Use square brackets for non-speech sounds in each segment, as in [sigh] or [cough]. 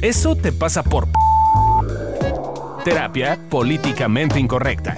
Eso te pasa por... p- Terapia políticamente incorrecta.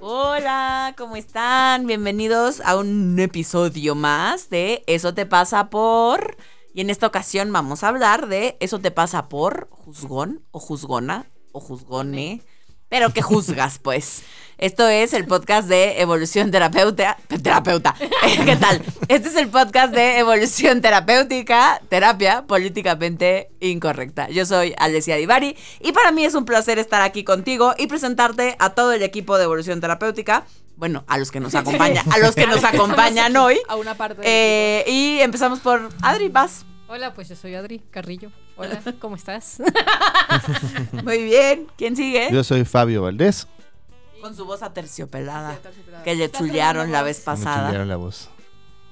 Hola, ¿cómo están? Bienvenidos a un episodio más de Eso te pasa por... Y en esta ocasión vamos a hablar de Eso te pasa por juzgón o juzgona o juzgone. Pero que juzgas, pues. Esto es el podcast de Evolución Terapeuta. Terapeuta. [laughs] ¿Qué tal? Este es el podcast de Evolución Terapéutica, Terapia Políticamente Incorrecta. Yo soy Alessia Divari y para mí es un placer estar aquí contigo y presentarte a todo el equipo de Evolución Terapéutica. Bueno, a los que nos acompañan, a los que nos acompañan hoy. A una parte. del Eh, y empezamos por Adri, vas. equipo. Hola, pues yo soy Adri Carrillo. Hola, [laughs] ¿cómo estás? Muy bien. ¿Quién Eh. sigue? Yo soy Fabio Valdés. Con su voz aterciopelada. Que le chulearon la vez Me pasada. chulearon la voz.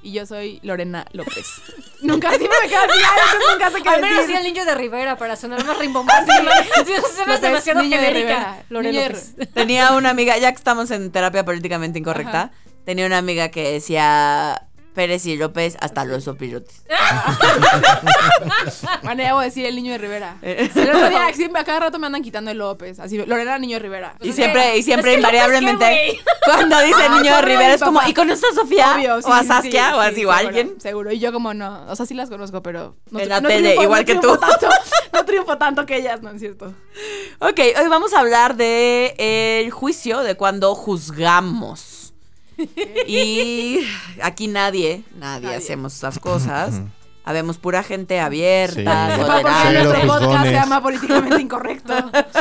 Y yo soy Lorena López. [laughs] nunca siempre me queda claro, entonces nunca sé qué Al menos decir. sí el niño de Rivera para sonar [laughs] más rimbombante. Sí, eso suena López, demasiado niño Ah, de genérica. Rivera. Lorena Niño de López. Tenía una amiga, ya que estamos en terapia políticamente incorrecta, tenía una amiga que decía Pérez y López hasta los sopilotes. Bueno, ya voy a decir el niño de Rivera. Eh. El [laughs] otro día, siempre, a cada rato me andan quitando el López. Así, Lorena, niño de Rivera. Y es siempre, que- y siempre es que López, invariablemente, ¿qué, [laughs] cuando dice Ah, niño de pobre Rivera, mi es como, papá. ¿y conoces a Sofía? Obvio, sí, o a sí, Saskia, sí, o así, sí, o a seguro, alguien. Seguro, y yo como no. O sea, sí las conozco, pero. No, En tri- la no tele, triunfo- igual no que tú. triunfo tanto, [laughs] no triunfo tanto que ellas, no es cierto. Ok, hoy vamos a hablar de el juicio, de cuando juzgamos. Y aquí nadie, nadie, Nadie. hacemos [laughs] estas cosas. Habemos pura gente abierta, Sí. Sepa por qué Cero tolerante. nuestro podcast se juzgones. llama [laughs] políticamente incorrecto.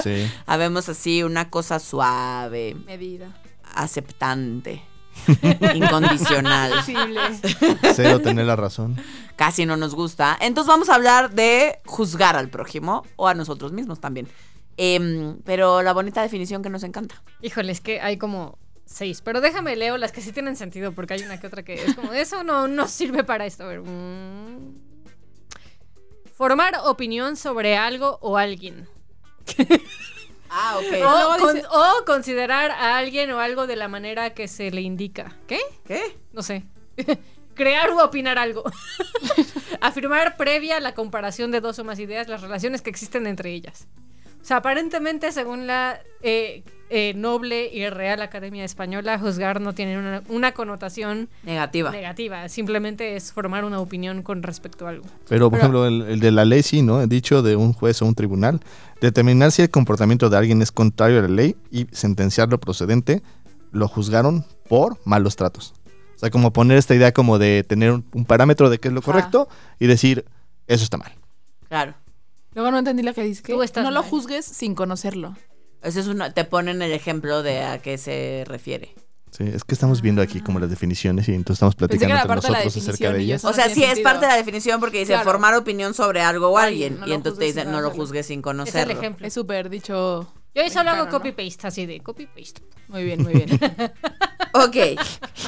Sí. Habemos así una cosa suave, Medida. aceptante, [laughs] incondicional. Posible. Cero tener la razón. Casi no nos gusta. Entonces vamos a hablar de juzgar al prójimo o a nosotros mismos también. Em, pero la bonita definición que nos encanta. Híjole, es que hay como seis. Pero déjame leo las que sí tienen sentido, porque hay una que otra que es como eso no, no sirve para esto. A ver. mm. Formar opinión sobre algo o alguien. Ah, O, Eh, luego con- dice- o considerar a alguien o algo de la manera que se le indica. ¿Qué? ¿Qué? No sé. [laughs] Crear u opinar algo. [laughs] Afirmar previa la comparación de dos o más ideas, las relaciones que existen entre ellas. O sea, aparentemente, según la eh, eh, noble y real Academia Española, juzgar no tiene una, una connotación Negativa. negativa. Simplemente es formar una opinión con respecto a algo. Pero, por ejemplo, el, el de la ley sí, ¿no? El dicho de un juez o un tribunal. Determinar si el comportamiento de alguien es contrario a la ley y sentenciarlo procedente, lo juzgaron por malos tratos. O sea, como poner esta idea como de tener un, un parámetro de qué es lo Ajá. correcto y decir, eso está mal. Claro. Luego no entendí lo que dice. que Tú estás no lo mal. juzgues sin conocerlo. Eso es una, te ponen el ejemplo de a qué se refiere. Sí, es que estamos viendo aquí como las definiciones y entonces estamos Ah. Pensé que platicando era entre parte de la nosotros acerca definición de y yo ellas. solo- o sea, tiene sí es sentido. parte de la definición porque dice Claro. formar opinión sobre algo o Alguien, alguien. no y lo entonces te juzgues dicen sin no lo conocerlo". juzgues sin Ese es el conocerlo. ejemplo. Es súper dicho. Yo ahí solo hago mexicano, ¿no? copy-paste, así de copy-paste. Muy bien, muy bien. [laughs] Ok.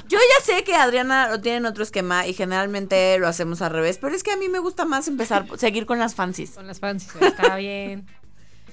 Yo ya sé que Adriana lo tiene en otro esquema y generalmente lo hacemos al revés, pero es que a mí me gusta más empezar, seguir con las fancies. Con las fans, está [laughs] bien.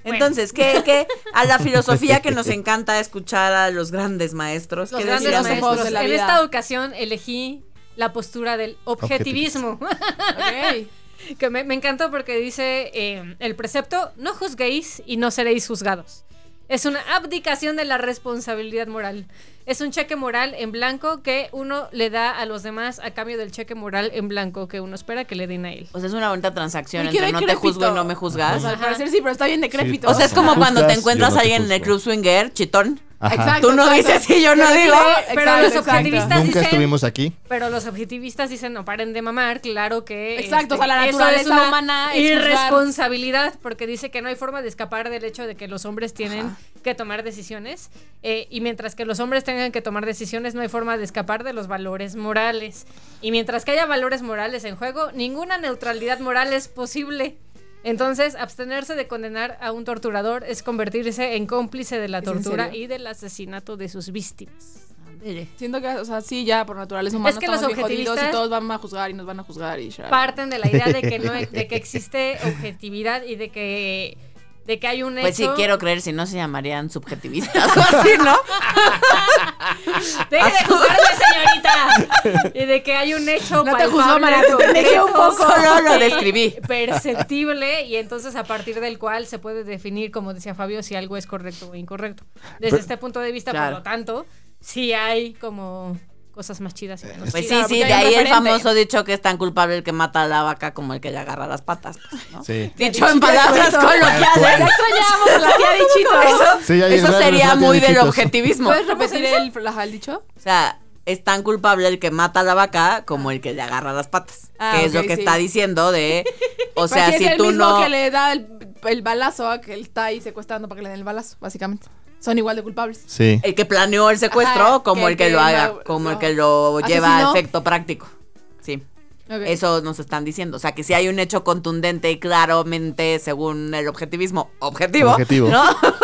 Bueno. Entonces, ¿qué, qué? A la filosofía que nos [laughs] encanta escuchar a los grandes maestros. los ¿qué grandes decían filósofos maestros. de la en vida. esta ocasión elegí la postura del objetivismo, Ok. que me, me encantó porque dice eh, el precepto, no juzguéis y no seréis juzgados. Es una abdicación de la responsabilidad moral. Es un cheque moral en blanco que uno le da a los demás a cambio del cheque moral en blanco que uno espera que le den a él. O sea, es una bonita transacción Uy, qué entre no te juzgo y decrépito. no me O juzgas. sea, al parecer sí, pero está bien decrépito. O sea, es como Ajá. cuando te Juzgas, encuentras yo a no te alguien en el juzgo. club swinger, chitón. Ajá. Tú no dices y yo no digo. Pero Exacto, los exacto. objetivistas Nunca dicen... estuvimos aquí. Pero los objetivistas dicen, no paren de mamar, claro que... Exacto, o sea, la eso naturaleza es una humana es juzgar. irresponsabilidad, porque dice que no hay forma de escapar del hecho de que los hombres tienen Ajá. que tomar decisiones, eh, y mientras que los hombres tengan que tomar decisiones, no hay forma de escapar de los valores morales. Y mientras que haya valores morales en juego, ninguna neutralidad moral es posible. Entonces, abstenerse de condenar a un torturador es convertirse en cómplice de la ¿Es en tortura serio? y del asesinato de sus víctimas. Siento que, o sea, sí, ya por naturaleza humana Es que estamos los bien jodidos objetivistas- y todos van a juzgar y nos van a juzgar y [laughs] ya. e, parten de la idea de que no de que existe objetividad y de que de que hay un hecho. Pues sí, [laughs] quiero creer, si no se llamarían subjetivistas [laughs] o así, ¿no? ¡Deje de juzgarme, señorita! Y de que hay un hecho No te juzgo, palpable, Mara, te dejé un poco. [laughs] Solo lo y describí. Perceptible, y entonces a partir del cual se puede definir, como decía Fabio, si algo es correcto o incorrecto. Desde Pero- este punto de vista, Claro. por lo tanto, sí hay como cosas más chidas. y menos Pues sí, chidas, sí, porque de hay un ahí el referente. famoso dicho que es tan culpable el que mata a la vaca como el que le agarra las patas. pues, ¿no? Sí. Dicho en palabras coloquiales. extrañamos a la tía Dichito. Eso, Sí, ahí eso es raro, sería ¿no? muy Tiene del chitos. objetivismo. ¿Puedes repetir el, ajá, el dicho? O sea, es tan culpable el que mata a la vaca como el que le agarra las patas. Ah, que es lo ok, que sí. está diciendo de. O sea, Pues sí, si es el tú mismo no. que le da el, el balazo a que él está ahí secuestrando para que le den el balazo, básicamente. Son igual de culpables. Sí. El que planeó el secuestro Ajá, como que- el que, que lo haga, lo- como el lo que lo lleva a asesinó. efecto práctico. Sí. Ok. Eso nos están diciendo. O sea, que si hay un hecho contundente y claramente, según el objetivismo, objetivo, Objetivo. [laughs] ¿no? Ah.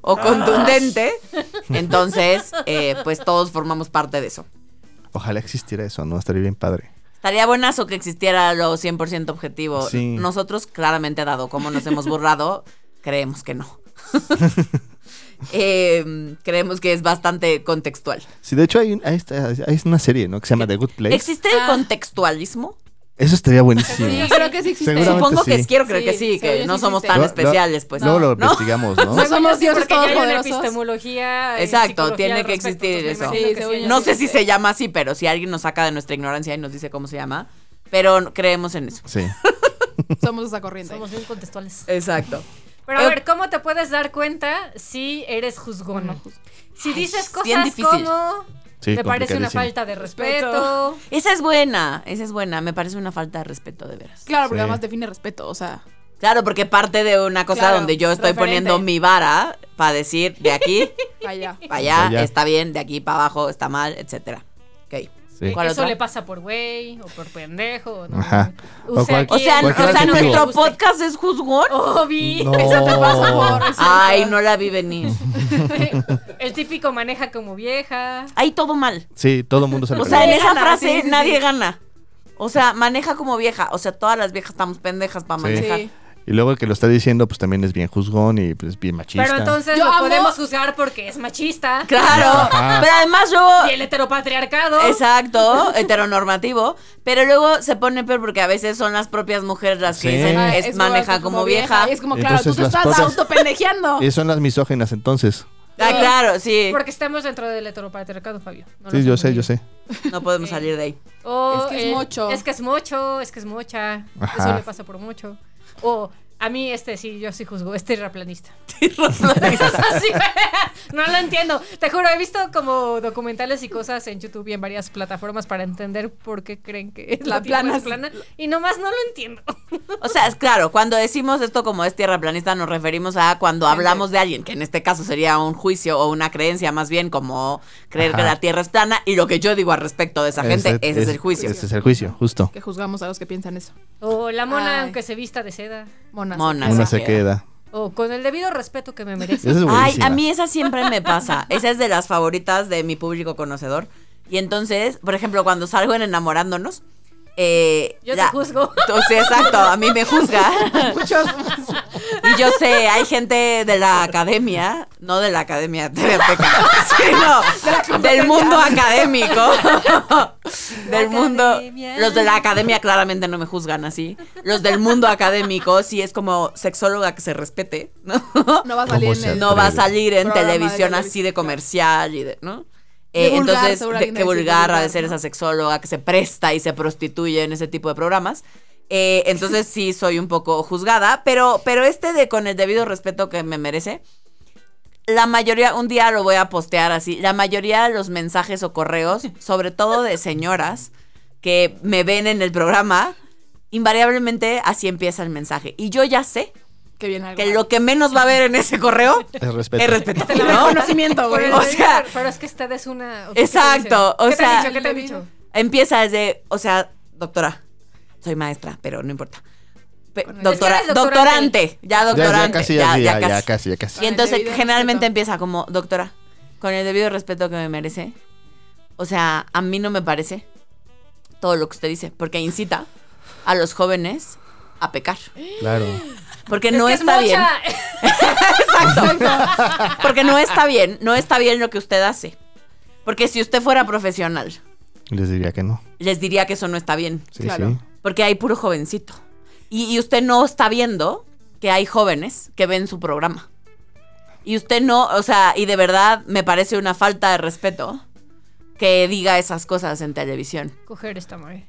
o contundente, entonces, eh, pues todos formamos parte de eso. Ojalá existiera eso, ¿no? Estaría bien padre. Estaría buenazo que existiera lo 100% objetivo. Sí. Nosotros, claramente, dado cómo nos hemos [laughs] burlado, creemos que no. Eh, creemos que es bastante contextual. Sí, de hecho hay, un- hay esta- hay una serie, ¿no? Que se llama The Good Place. ¿Existe el Ah. contextualismo? Eso estaría buenísimo. Sí, creo que sí existe. Seguramente. Supongo que sí. quiero creer que Sí, sí, según que yo no sí somos existe. tan Lo- lo- especiales, pues. Luego ¿no? lo investigamos, ¿no? [laughs] No Según somos yo sí, dioses porque ya hay una todopoderosos. epistemología. eh, Exacto, psicología tiene al que respecto, existir entonces me eso. imagino Sí, que según yo No sé sí si existe. se llama así, pero si alguien nos saca de nuestra ignorancia y nos dice cómo se llama, pero creemos en eso. Sí. Somos esa corriente. Somos bien contextuales. Exacto. Pero a Eh, ver, ¿cómo te puedes dar cuenta si eres juzgón? Si dices es bien cosas difícil. como Sí, te parece una complicadísimo. falta de Respeto. respeto, Esa es buena, esa es buena. Me parece una falta de respeto, de veras. Claro, porque Sí. además define respeto, o sea. Claro, porque parte de una cosa Claro, donde yo estoy referente. poniendo mi vara para decir de aquí Vaya. para allá, Allá. está bien, de aquí para abajo está mal, etcétera. Ok. Sí. ¿Cuál eso otra? le pasa por güey o por pendejo. ¿no? Ajá. Use O cual- aquí O sea, el- o Cualquier sea, adjetivo. nuestro podcast es juzgón. Obi. No. Oh. Eso te pasa Oh. por. eso. Ay, no la vi venir. El típico maneja como vieja. Ahí todo mal. Sí, todo el mundo se [laughs] O lo sea, en Nadie esa gana, frase sí, sí, nadie sí. gana. O sea, maneja como vieja. O sea, todas las viejas estamos pendejas para Sí. manejar. Sí. Y luego el que lo está diciendo, pues también es bien juzgón y pues bien machista. Pero entonces Yo lo amo- podemos juzgar porque es machista. Claro. [laughs] Ajá. Pero además luego. [laughs] Y el heteropatriarcado. Exacto, heteronormativo, pero luego se pone peor porque a veces son las propias mujeres las que Sí. dicen Ah, es, maneja como, vieja. Y es como, claro, Entonces, tú te las estás propias- [laughs] autopendejeando. Y son las misóginas entonces. Ah, claro, sí. Porque estamos dentro del heteropatriarcado, Fabio. No lo sí, yo sé, confundir. yo sé. No podemos salir de ahí. O, Es que es mocho. Es que es mocho, es que es mocha. Ajá. Eso le pasa por mucho. O a mí este sí, yo sí juzgo, es terraplanista. [laughs] [laughs] Sí, no lo entiendo. Te juro, he visto como documentales y cosas en YouTube y en varias plataformas para entender por qué creen que es la, La Tierra plana es plana. Y nomás no lo entiendo. O sea, es claro, cuando decimos esto como es tierra planista, nos referimos a cuando hablamos de alguien, que en este caso sería un juicio o una creencia, más bien como creer Ajá. que la tierra es plana, y lo que yo digo al respecto de esa gente, ese, es el juicio. Ese es el juicio, justo. Que juzgamos a los que piensan eso. O la mona, Ay. aunque se vista de seda. Monas. Monas. Uno Esa se queda. O con el debido respeto que me merece. Esa es Ay, buenísima. a mí esa siempre me pasa. Esa es de las favoritas de mi público conocedor. Y entonces, por ejemplo, cuando salgo en enamorándonos, eh, Yo la- te [laughs] juzgo. Entonces, exacto, a mí [laughs] me juzga. Y yo sé, hay gente de la academia, no de la academia de TV Azteca, [laughs] sino del mundo académico. [laughs] Del mundo. academia. Los de la academia claramente no me juzgan así. Los del mundo académico, sí es como sexóloga que se respete, ¿no? No va a ¿Cómo salir en se el. no va a Breve. salir en Programa de televisión televisión. así de comercial y de, ¿no? Qué Eh, vulgar, entonces, seguro de- alguien qué va a decir qué vulgar ha de vulgar, ser ¿no? esa sexóloga que se presta y se prostituye en ese tipo de programas. Eh, entonces sí soy un poco juzgada, pero, pero este de con el debido respeto que me merece, la mayoría, un día lo voy a postear así, la mayoría de los mensajes o correos, sobre todo de señoras que me ven en el programa, invariablemente así empieza el mensaje. Y yo ya sé Que viene algo. que lo que menos va a haber en ese correo Es respeto. es respeto. El ¿no? Este reconocimiento, Por güey. el O debido- sea- pero es que usted es una. ¿o qué te Exacto, dicen? o ¿Qué te sea- han dicho? ¿Qué te han dicho? Empieza desde, o sea, doctora, soy maestra, pero no importa. Pe- Bueno, doctora, es que eres doctorante, ya Ya, ya doctorante, casi, ya, ya, ya casi, ya Y casi. Con el entonces debido generalmente respeto. empieza como, doctora, con el debido respeto que me merece, o sea, a mí no me parece todo lo que usted dice, porque incita a los jóvenes a pecar. Claro. Porque Es no que es está bien. mocha. [laughs] Exacto. Porque no está bien, no está bien lo que usted hace. Porque si usted fuera profesional, Les diría que no. les diría que eso no está bien. Sí, Claro. sí. Porque hay puro jovencito. Y, y usted no está viendo que hay jóvenes que ven su programa. Y usted no, o sea, y de verdad me parece una falta de respeto que diga esas cosas en televisión, Coger esta madre.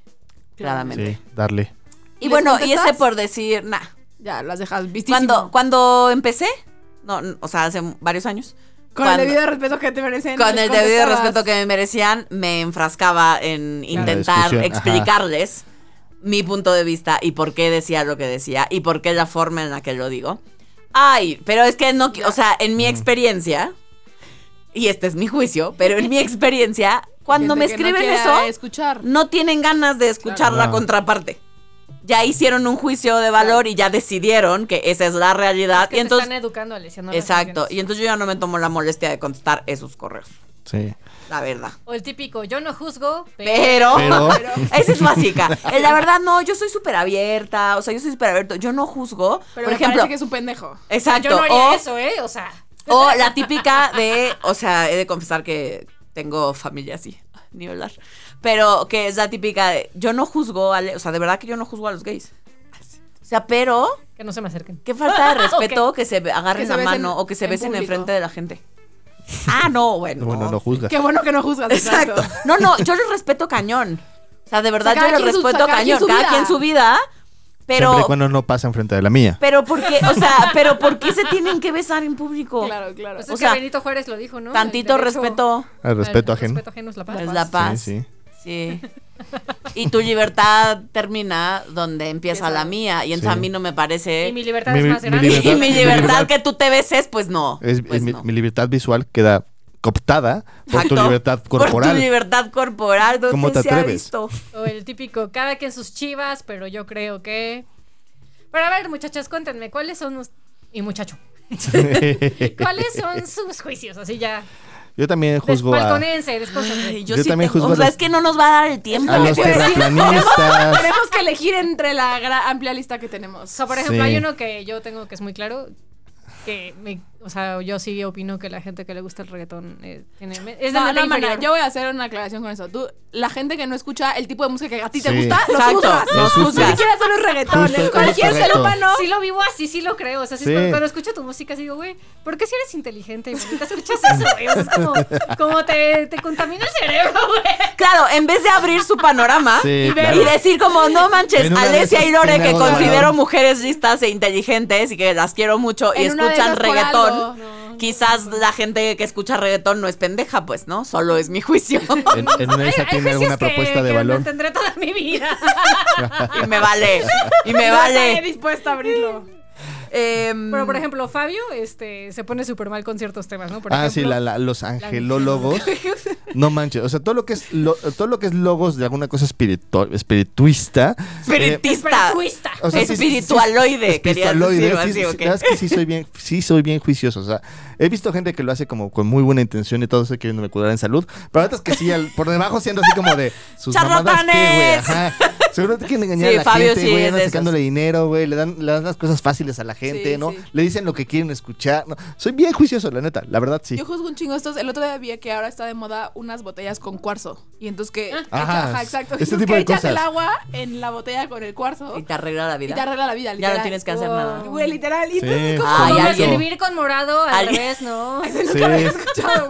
claramente. Sí, darle. Y ¿Les bueno, y contestas? ese por decir, nah. Ya, las dejas vistísimo. Cuando, cuando empecé, no, no, o sea, hace varios años. Con cuando- el debido respeto que te merecen. Con el les debido contestabas. respeto que me merecían, me enfrascaba en intentar discusión, ajá. explicarles mi punto de vista y por qué decía lo que decía y por qué la forma en la que lo digo. Ay, pero es que no, qui- o sea, en mi Mm. experiencia, y este es mi juicio, pero en mi experiencia, cuando me Gente que no escriben quiera eso, escuchar. no tienen ganas de escuchar la No. contraparte. Ya hicieron un juicio de valor y ya decidieron que esa es la realidad. Es que y te Ah, entonces, están educando, Alicia. no las exacto. entiendes. Y entonces yo ya no me tomo la molestia de contestar esos correos. Sí. La verdad. O el típico, yo no juzgo, pero... Oh. Pero, Pero- [laughs] esa es básica. Eh, La verdad, no, yo soy súper abierta. O sea, yo soy súper abierto. Yo no juzgo. Pero por me ejemplo, parece que es un pendejo. exacto. Yo no haría o, eso, ¿eh? O sea... o la típica de, o sea, he de confesar que tengo familia así, [laughs] ni hablar. Pero que es la típica de, yo no juzgo, a, o sea, de verdad que yo no juzgo a los gays. O sea, pero Que no se me acerquen. qué [laughs] falta de respeto que se agarren Que se la besen mano o que se en besen público. enfrente de la gente. Ah, no, bueno. Bueno, no juzgas. Qué bueno que no juzgas. Exacto. No, no, yo los respeto cañón. O sea, de verdad, cada yo los quien su- respeto cada quien cañón. su cada vida. quien su vida. Pero. Siempre y cuando no pasa enfrente de la mía. Pero por qué, o sea, pero por qué se tienen que besar en público. Claro, claro. Pues es O que sea, Benito Juárez lo dijo, ¿no? Tantito El derecho- respeto Al respeto al ajeno. respeto ajeno es la paz. es la paz. Sí, Sí, sí. Y tu libertad termina donde empieza Empieza. la mía. Y entonces Sí. a mí no me parece. Y mi libertad Mi- es más mi grande. [laughs] Y mi mi libertad libertad. que tú te beses, pues no. Es- pues es mi, no. mi libertad visual queda cooptada por tu Exacto. libertad Por corporal. tu libertad corporal. ¿dónde ¿Cómo te se ha atreves? visto? O el típico, cada quien sus chivas, pero yo creo que... Pero a ver, muchachas, cuéntenme, ¿cuáles son... us- Y [laughs] muchacho. [laughs] ¿Cuáles son sus juicios? Así ya. Yo también juzgo a, Desbalconense, descónsense. Ay, yo, Yo sí también tengo- O juzgo a sea, los- es que no nos va a dar el tiempo. a los terraplanistas. Tenemos que elegir entre la gra- amplia lista que tenemos. O sea, por ejemplo, Sí. hay uno que yo tengo que es muy claro. Que me- o sea, yo sí opino que la gente que le gusta el reggaetón eh, tiene, me- es de No, manera no, mana, inferior. yo voy a hacer una aclaración con eso. Tú, la gente que no escucha el tipo de música que a ti te Sí. gusta, los Exacto. juzgas. Los Ni juzgas. siquiera son los Justo, reggaetones. es Cualquier ser correcto. humano. Sí lo vivo así, sí lo creo. O sea, sí es Sí. cuando, cuando escucho tu música, sí digo, güey, ¿por qué si eres inteligente y bonita escuchas eso, güey? O sea, es como, como te, te contamina el cerebro, güey. Claro, en vez de abrir su panorama Sí, y, ver- claro. y decir como, no manches, En una de Alesia esas y Lore, tiene que algo de considero valor. mujeres listas e inteligentes y que las quiero mucho y En una de escuchan esas por algo. reggaetón, quizás la gente que escucha reggaetón no es pendeja, pues, ¿no? Solo es mi juicio. [laughs] En, en una de esas tiene juicios alguna que- propuesta de que valor. No tendré toda mi vida. y me vale, y me No estaré vale. dispuesta a abrirlo. Em, Pero, por ejemplo, Fabio este, se pone súper mal con ciertos temas, ¿no? Por Ah, ejemplo, sí, la- la- los angelólogos. no manches. O sea, todo lo que es lo- todo lo que es logos de alguna cosa espiritu- espirituista. eh, espiritista. Espirituista. O sea, sí, sí, sí, espiritualoide, querías espiritualoide, decir, sí, así, sí, ¿o qué? la verdad es que sí soy bien, sí soy bien juicioso. O sea, he visto gente que lo hace como con muy buena intención y todo eso queriéndome cuidar en salud. Pero antes que sí, al- por debajo siendo así como de sus mamadas que, güey, ¡Charlatanes! ajá. Seguro te quieren engañar Sí, a la Fabio sí gente, güey, es de andan esos. sacándole dinero, güey, le dan, le dan las cosas fáciles a la gente, Sí, ¿no? sí. Le dicen lo que quieren escuchar. No, soy bien juicioso, la neta, la verdad sí. Yo juzgo un chingo estos. El otro día vi que ahora está de moda unas botellas con cuarzo. Y entonces Ah. que. Ajá, exacto. este Entonces tipo que de echas cosas. el agua en la botella con el cuarzo Y y te arregla la vida. te arregla la vida. ya Literal. Oh, no tienes que hacer Wow. nada. Güey, literal. Y Sí, entonces es como. Ay, Como ya el algo. escribir con morado al Al- revés, ¿no? Sí. Nunca lo había escuchado,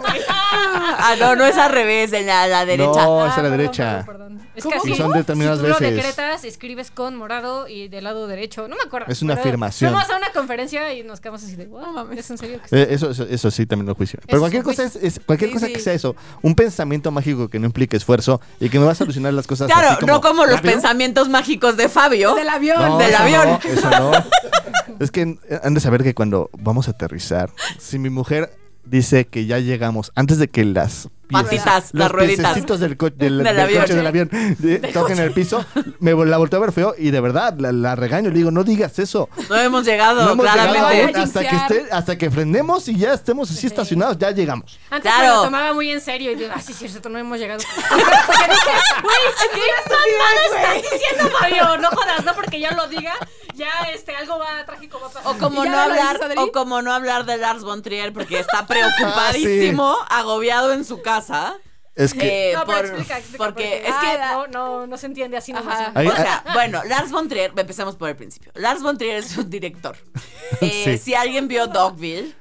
[laughs] güey. Ah, no, no es al revés, en la, la derecha. No, Ah, es a la perdón, derecha. perdón, perdón. Es ¿Cómo? que así, Y son determinadas si tú lo veces. decretas, escribes con morado y del lado derecho. No me acuerdo. Es una pero afirmación. Fuimos a una conferencia y nos quedamos así de, wow, No mames. ¿es en serio? que Eh, eso, eso, eso sí también lo juicio. Pero Eso cualquier es un cosa, es, es- cualquier Sí, cosa que sí. sea eso, un pensamiento mágico que no implique esfuerzo y que me va a solucionar las cosas. Claro, así no como los rápido. pensamientos mágicos de Oh. Fabio. Del avión. No, del eso avión. no, eso no. [laughs] Es que eh, han de saber que cuando vamos a aterrizar, si mi mujer dice que ya llegamos antes de que las Patitas, las los rueditas. piececitos del, co- del, Del del avión. coche [laughs] del avión de- toquen el piso. Me vol- la volteo a ver feo y de verdad la, la regaño. Le digo, no digas eso. No hemos llegado, No hemos llegado claramente. aún, Voy a hasta que jinxear. esté, hasta que frenemos y ya estemos así estacionados, ya llegamos. Antes Claro. me lo tomaba muy en serio y digo, ah, sí, cierto, no hemos llegado. [laughs] Sí, están mal, estás diciendo, Fabio? No jodas, no porque yo lo diga, ya este, algo va trágico va a pasar. O como, ¿Y ya no lo habías hablar, visto, Adri? o como no hablar de Lars von Trier porque está preocupadísimo, agobiado en su casa. Ah, Es que eh, no, pero por- explica, explica. "Ah, porque es ay, que no, no, no se entiende así nomás. Ajá. Ahí- o sea, bueno, Lars von Trier, empecemos por el principio. Lars von Trier es un director. [laughs] Eh, Sí. Si alguien vio Dogville,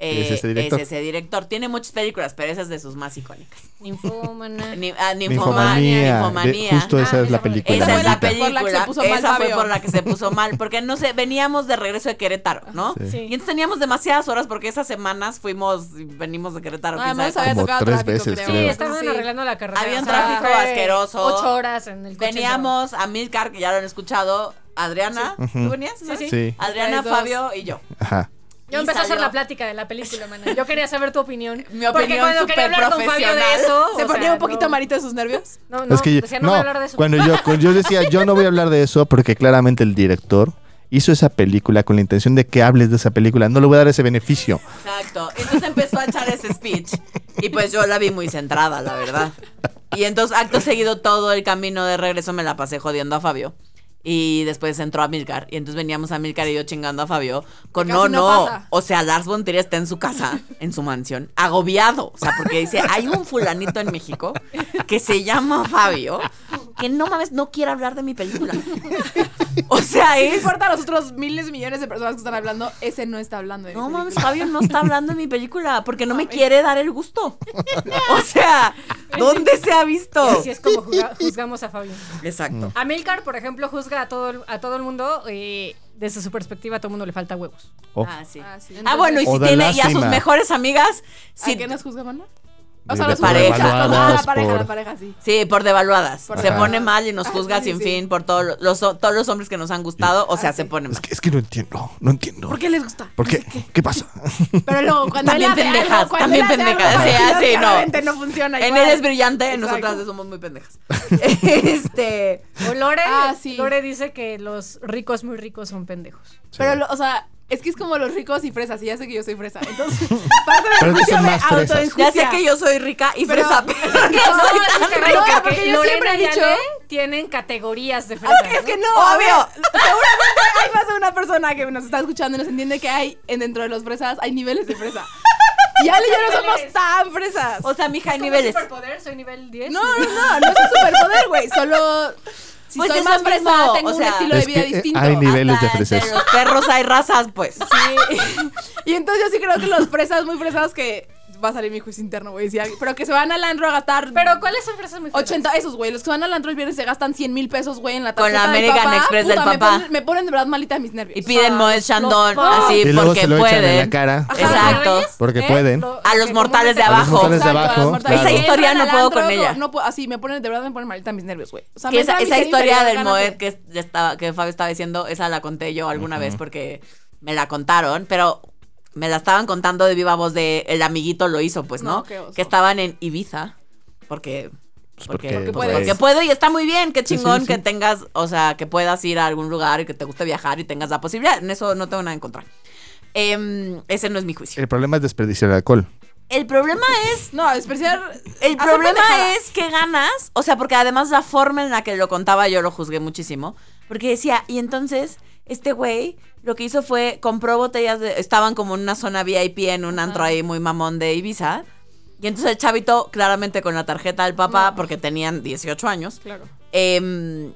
eh, Es ese director. es ese director. Tiene muchas películas, pero esa es de sus más icónicas. [laughs] Ninfómana. Ni- ah, Ninfomanía, Ninfomanía. Ninfomanía. De- justo esa Ah, es la esa fue- película. Esa es la maldita. Por la película. que se puso mal esa fue Fabio. por la que se puso mal. Porque no sé, veníamos de regreso de Querétaro, ¿no? Sí. Sí. Y entonces teníamos demasiadas horas porque esas semanas fuimos y venimos de Querétaro. Ah, No, quién además sabe había Como tocado tres tráfico, veces, creo. creo. Sí, Sí, estaban Sí. arreglando la carrera. Había un o sea, tráfico fue asqueroso. Ocho horas en el cómo. coche. Veníamos a Milcar, que ya lo han escuchado. Adriana, ¿tú venías? sí. Sí. Adriana, Ustedes dos. Fabio y yo. Ajá. Yo Y empecé a hacer salió. la plática de la película, mana. Yo quería saber tu [laughs] opinión. Mi Porque opinión cuando quería hablar con Fabio de superprofesional. eso. Se o ponía sea, un poquito no. amarito de sus nervios. No, no, es que yo- decía, no, voy a hablar de eso. Cuando yo, cuando yo decía, yo no voy a hablar de eso, porque claramente el director hizo esa película con la intención de que hables de esa película. No le voy a dar ese beneficio. Exacto. Entonces empezó a echar ese speech. Y pues yo la vi muy centrada, la verdad. Y entonces, acto seguido, todo el camino de regreso me la pasé jodiendo a Fabio. Y después entró a Milcar. Y entonces veníamos a Milcar y yo chingando a Fabio. Con Casi no, no no. pasa". O sea, Lars von Trier está en su casa, en su mansión, agobiado. O sea, porque dice: hay un fulanito en México que se llama Fabio, que no mames, no quiere hablar de mi película. O sea, No es. importa a los otros miles y millones de personas que están hablando, ese no está hablando este de mi No película. mames, Fabio no está hablando de mi película porque no me quiere dar el [laughs] gusto. O sea, ¿dónde se ha visto? Así es como juzga- juzgamos a Fabio. Exacto. Amilcar, por ejemplo, juzga a todo, el- a todo el mundo y desde su perspectiva a todo el mundo le falta huevos. Oh, Ah, sí. Ah, sí. Ah, bueno, y O si da tiene y a sus lástima. mejores amigas, ¿A sí, qué nos juzga, Manuel? O De- sea, de los por parejas. evaluadas, Ah, la pareja, por- la pareja, sí. sí, por devaluadas. Por se devaluadas. pone mal y nos juzga Ah, sí, sin sí. fin por todo lo- los, todos los hombres que nos han gustado. O sea, Ah, se sí. pone mal. es, que, es que no entiendo, no entiendo. ¿Por qué les gusta? ¿Por qué? ¿Qué pasa? [laughs] Pero luego, cuando él También hace algo, pendejas, cuando también él hace algo, pendejas, sí, cuando ah, sí, no. claramente no funciona En igual. él es brillante, en Exacto. nosotras somos muy [laughs] pendejas. este. O Lore, Ah, sí. Lore dice que los ricos muy ricos son pendejos. Pero, lo- o sea, es que es como los ricos y fresas, y ya sé que yo soy fresa. Entonces, parte del Pero que juicio son me más fresas. autoenjuicia. Ya sé que yo soy rica y Pero- [laughs] fresa, pero no soy tan es que rica. Lore- No, porque yo Lorena siempre he y dicho- Ale tienen categorías de fresa. Ah, es que no, Obvio. [laughs] obvio. Seguramente hay más de una persona que nos está escuchando y nos entiende que hay en- dentro de los fresas, hay niveles de fresa. Y Ale y yo no somos Niveles. tan fresas. O sea, mija, hay ¿Tengo niveles. superpoder? ¿Soy nivel 10? No, no, no, no es un superpoder, güey. Solo si Pues soy es más lo mismo, fresa, tengo o un sea- estilo de Es vida que, eh, distinto. hay nivel- Niveles de Hasta entre fresas. los perros hay razas, [laughs] pues. Y entonces yo sí creo que los fresas, muy fresas, que va a salir mi juicio interno, güey. sí, pero que se van al andro a gastar. Pero ¿cuáles son fresas muy feas? 80 esos, güey. Los que van al antro el viernes se gastan 100 mil pesos, güey, en la Con la tarjeta del American papá. Express Puta, del me papá. ponen- Me ponen de verdad malita mis nervios. Y piden Moet Chandon los- así y luego porque se lo echan en la pueden. cara. Ajá. Exacto. Porque pueden. A los mortales de A los abajo. mortales de Exacto, las abajo. mortales. claro. Esa historia Entran no al puedo con antro, ella. No, puedo- así me ponen de verdad me ponen malita mis nervios, güey. O sea, Que me esa, entra esa miseria historia interior, del ganas de- Moet que, estaba, que Fabio estaba diciendo, esa la conté yo alguna vez porque me la contaron, pero me la estaban contando de viva voz de el amiguito lo hizo, pues, ¿no? No, qué oso. que estaban en Ibiza. Porque. Porque, Pues porque- porque porque puedo. puedes. y está muy bien, qué chingón que tengas, o sea, que puedas ir a algún lugar y que te guste viajar y tengas la posibilidad. En eso no tengo nada en contra. Em, ese no es mi juicio. El problema es desperdiciar el alcohol. El problema es No, despreciar. el hacer problema pendejadas. es que ganas, o sea, porque además la forma en la que lo contaba yo lo juzgué muchísimo, porque decía, y entonces este güey lo que hizo fue compró botellas de estaban como en una zona VIP en un antro ahí muy mamón de Ibiza. Y entonces el chavito, claramente con la tarjeta del papá, porque tenían 18 años, Claro. em,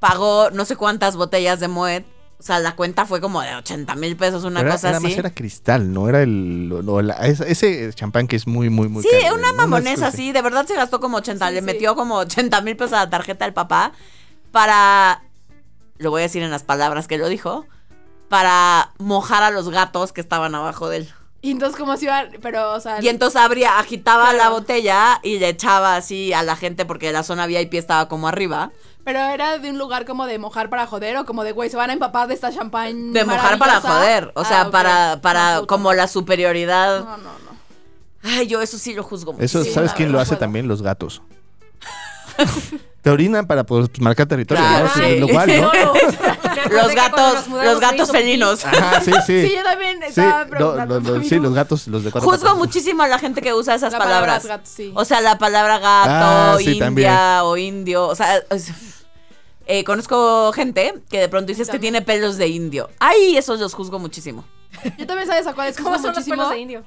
pagó no sé cuántas botellas de Moet. O sea, la cuenta fue como de 80 mil pesos, una era, cosa era así. más era cristal, no era el lo- lo- la- esa- ese champán que es muy muy muy Sí, caro, una ¿no? mamonesa cosa así, de verdad se gastó como 80, Sí, le sí. metió como 80 mil pesos a la tarjeta del papá para, lo voy a decir en las palabras que lo dijo, para mojar a los gatos que estaban abajo de él. Y entonces, ¿cómo se iba? Pero, o sea. Y entonces abría, agitaba la Claro. botella y le echaba así a la gente porque la zona VIP estaba como arriba. Pero era de un lugar como de mojar para joder o como de, güey, se van a empapar de esta champán. De mojar para maravillosa? joder, o Ah, sea, ok. para, para No, puta como madre. la superioridad. No, no, no. Ay, yo eso sí lo juzgo. Eso, muchísimo, ¿sabes la quién lo verdad. hace también? [laughs] Los gatos. Te orinan para poder marcar territorio, Claro, ¿no? sí. Lo cual, ¿no? [laughs] Los gatos, los gatos felinos. Ajá, sí, sí. Sí, yo también Sí, estaba no, lo- preguntando. lo- lo sí, los mismo. gatos, los de cuatro Juzgo patas. muchísimo a la gente que usa esas La palabra palabras. gato, sí. O sea, la palabra Ah, gato, sí, india también. o indio. O sea, es- eh, conozco gente que de pronto dices que También. tiene pelos de indio. Ay, esos los juzgo muchísimo. Yo también sabes a cuáles ¿Cómo juzgo son los muchísimo. pelos de indio?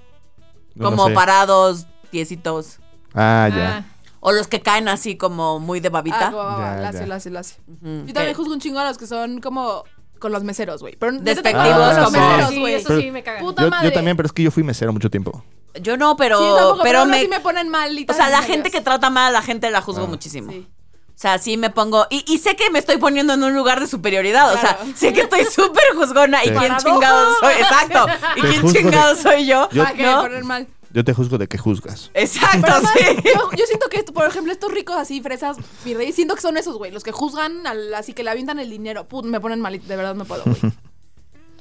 No, no como sé. parados, piecitos. Ah, ya. O los que caen así como muy de Ah, babita. va, va, va, Ya, la hace, ya. la hace, la hace. Ujú, Yo que- también juzgo un chingo a los que son como con los meseros, güey. Pero neta, Despectivos también con Ah, los sí. meseros, sí, güey. eso sí me caga. Puta Yo, madre. yo también, pero es que yo fui mesero mucho tiempo. Yo no, pero, Sí, yo tampoco, pero, pero aún me, así me ponen mal y O sea, tal, la me gente que Dios. trata mal a la gente la Ah. juzgo muchísimo. Sí. O sea, sí me pongo. Y, y sé que me estoy poniendo en un lugar de superioridad. O Claro. sea, sé que [laughs] estoy súper juzgona. ¿Y Te- quién Paradoja. chingado soy? Exacto. ¿Y Te quién juzgo de- chingado soy yo? Yo- ¿Para qué me ¿No? ponen mal? Yo te juzgo de que juzgas. Exacto, Pero además, sí. yo, yo siento que, esto, por ejemplo, estos ricos así, fresas, mi rey, siento que son esos, güey, los que juzgan, al- así que le avientan el dinero. Put, me ponen mal, de verdad no puedo, güey. [laughs]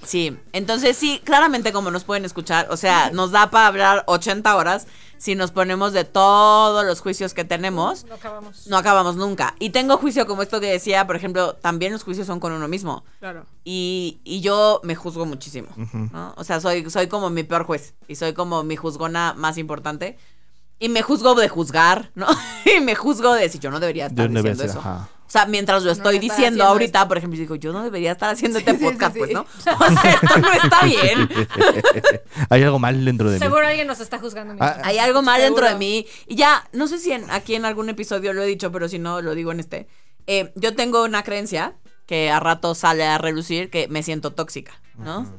Sí, entonces sí, claramente como nos pueden escuchar, o sea, nos da para hablar 80 horas si nos ponemos de todos los juicios que tenemos. No acabamos. No acabamos nunca. Y tengo juicio como esto que decía, por ejemplo, también los juicios son con uno mismo. Claro. Y, y yo me juzgo muchísimo, ¿no? O sea, soy, soy como mi peor juez y soy como mi juzgona más importante. Y me juzgo de juzgar, ¿no? [laughs] y me juzgo de si yo no debería estar Yo no debería diciendo ser, eso. ajá. O sea, mientras lo estoy debería estar diciendo haciendo ahorita, esto. por ejemplo, digo, yo no debería estar haciendo este [laughs] sí, sí, podcast, sí. pues, ¿no? [laughs] O sea, esto no está [laughs] bien. Hay algo mal dentro de mí. Seguro alguien nos está juzgando. mira. Ah, Hay algo mal dentro de Seguro. mí. Y ya, no sé si en- aquí en algún episodio lo he dicho, pero si no, lo digo en este. Eh, yo tengo una creencia que a rato sale a relucir que me siento tóxica, ¿no?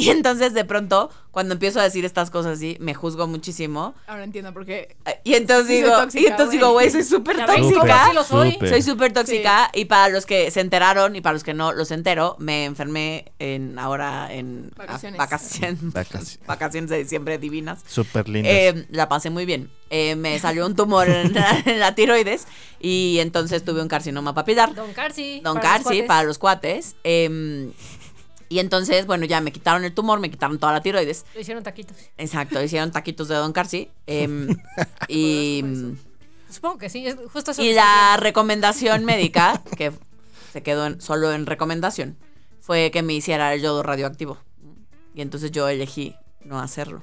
Y entonces de pronto, cuando empiezo a decir estas cosas así, me juzgo muchísimo. Ahora entiendo por qué. Eh, Y entonces Sí, soy digo, tóxica, y entonces digo, güey. güey, soy súper Ya ven, Súper, tóxica. sí lo soy. súper. Soy súper tóxica y para los que se enteraron y para los que no los entero, me enfermé en ahora en ah, Vacaciones. vacaciones, [laughs] Vacaciones. vacaciones de diciembre divinas. Súper lindo. Eh, la pasé muy bien. Eh, me salió un tumor en la, en la tiroides y entonces tuve un carcinoma Ah. papilar. Don Carci. Don para los Carci, cuates. para los cuates. Eh, y entonces, bueno, ya me quitaron el tumor, me quitaron toda la tiroides. Lo hicieron taquitos. Exacto, hicieron taquitos de Don Carci. eh, y, Supongo que sí, es justo eso. y que la recomendación [laughs] médica, que se quedó en- solo en recomendación, fue que me hiciera el yodo radioactivo. Y entonces yo elegí no hacerlo.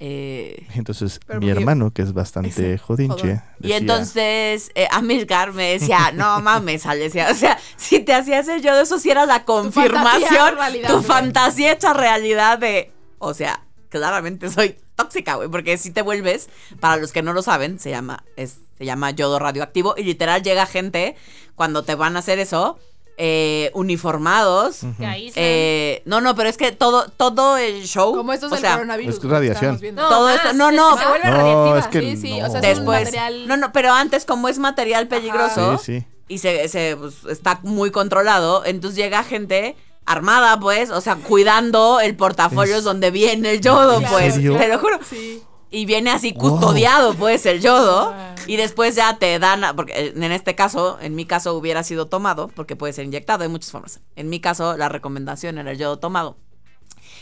Eh, Entonces, Pero mi porque- hermano, que es bastante jodinche. jodón. Y decía, entonces eh, Amilcar me decía, no mames, Alesia, o sea, si te hacías el yo de eso, si era la fantasía confirmación, hecha realidad, tu güey. fantasía hecha realidad de, o sea, claramente soy tóxica, güey, porque si te vuelves, para los que no lo saben, se llama, es, se llama yodo radioactivo y literal llega gente cuando te van a hacer eso, eh, uniformados. Mm. te aíslan. eh, no, no, pero es que todo, todo el show. Como esto es Uh, o el sea, coronavirus. es radiación. estamos viendo. no, todo más, esto- no, es que no. se vuelve No, radiactiva. es que Sí, sí, no. o sea, es un después. material- No, no, pero antes, como es material peligroso Sí, sí. y se, se, pues, está muy controlado, entonces llega gente armada, pues, o sea, cuidando el portafolio Es- donde viene el yodo, ¿En pues, serio? te lo juro. Sí. [laughs] Y viene así Wow. custodiado, pues, el yodo. Y después ya te dan, a- porque eh, en este caso, en mi caso hubiera sido tomado, porque puede ser inyectado, hay muchas formas. En mi caso, la recomendación era el yodo tomado.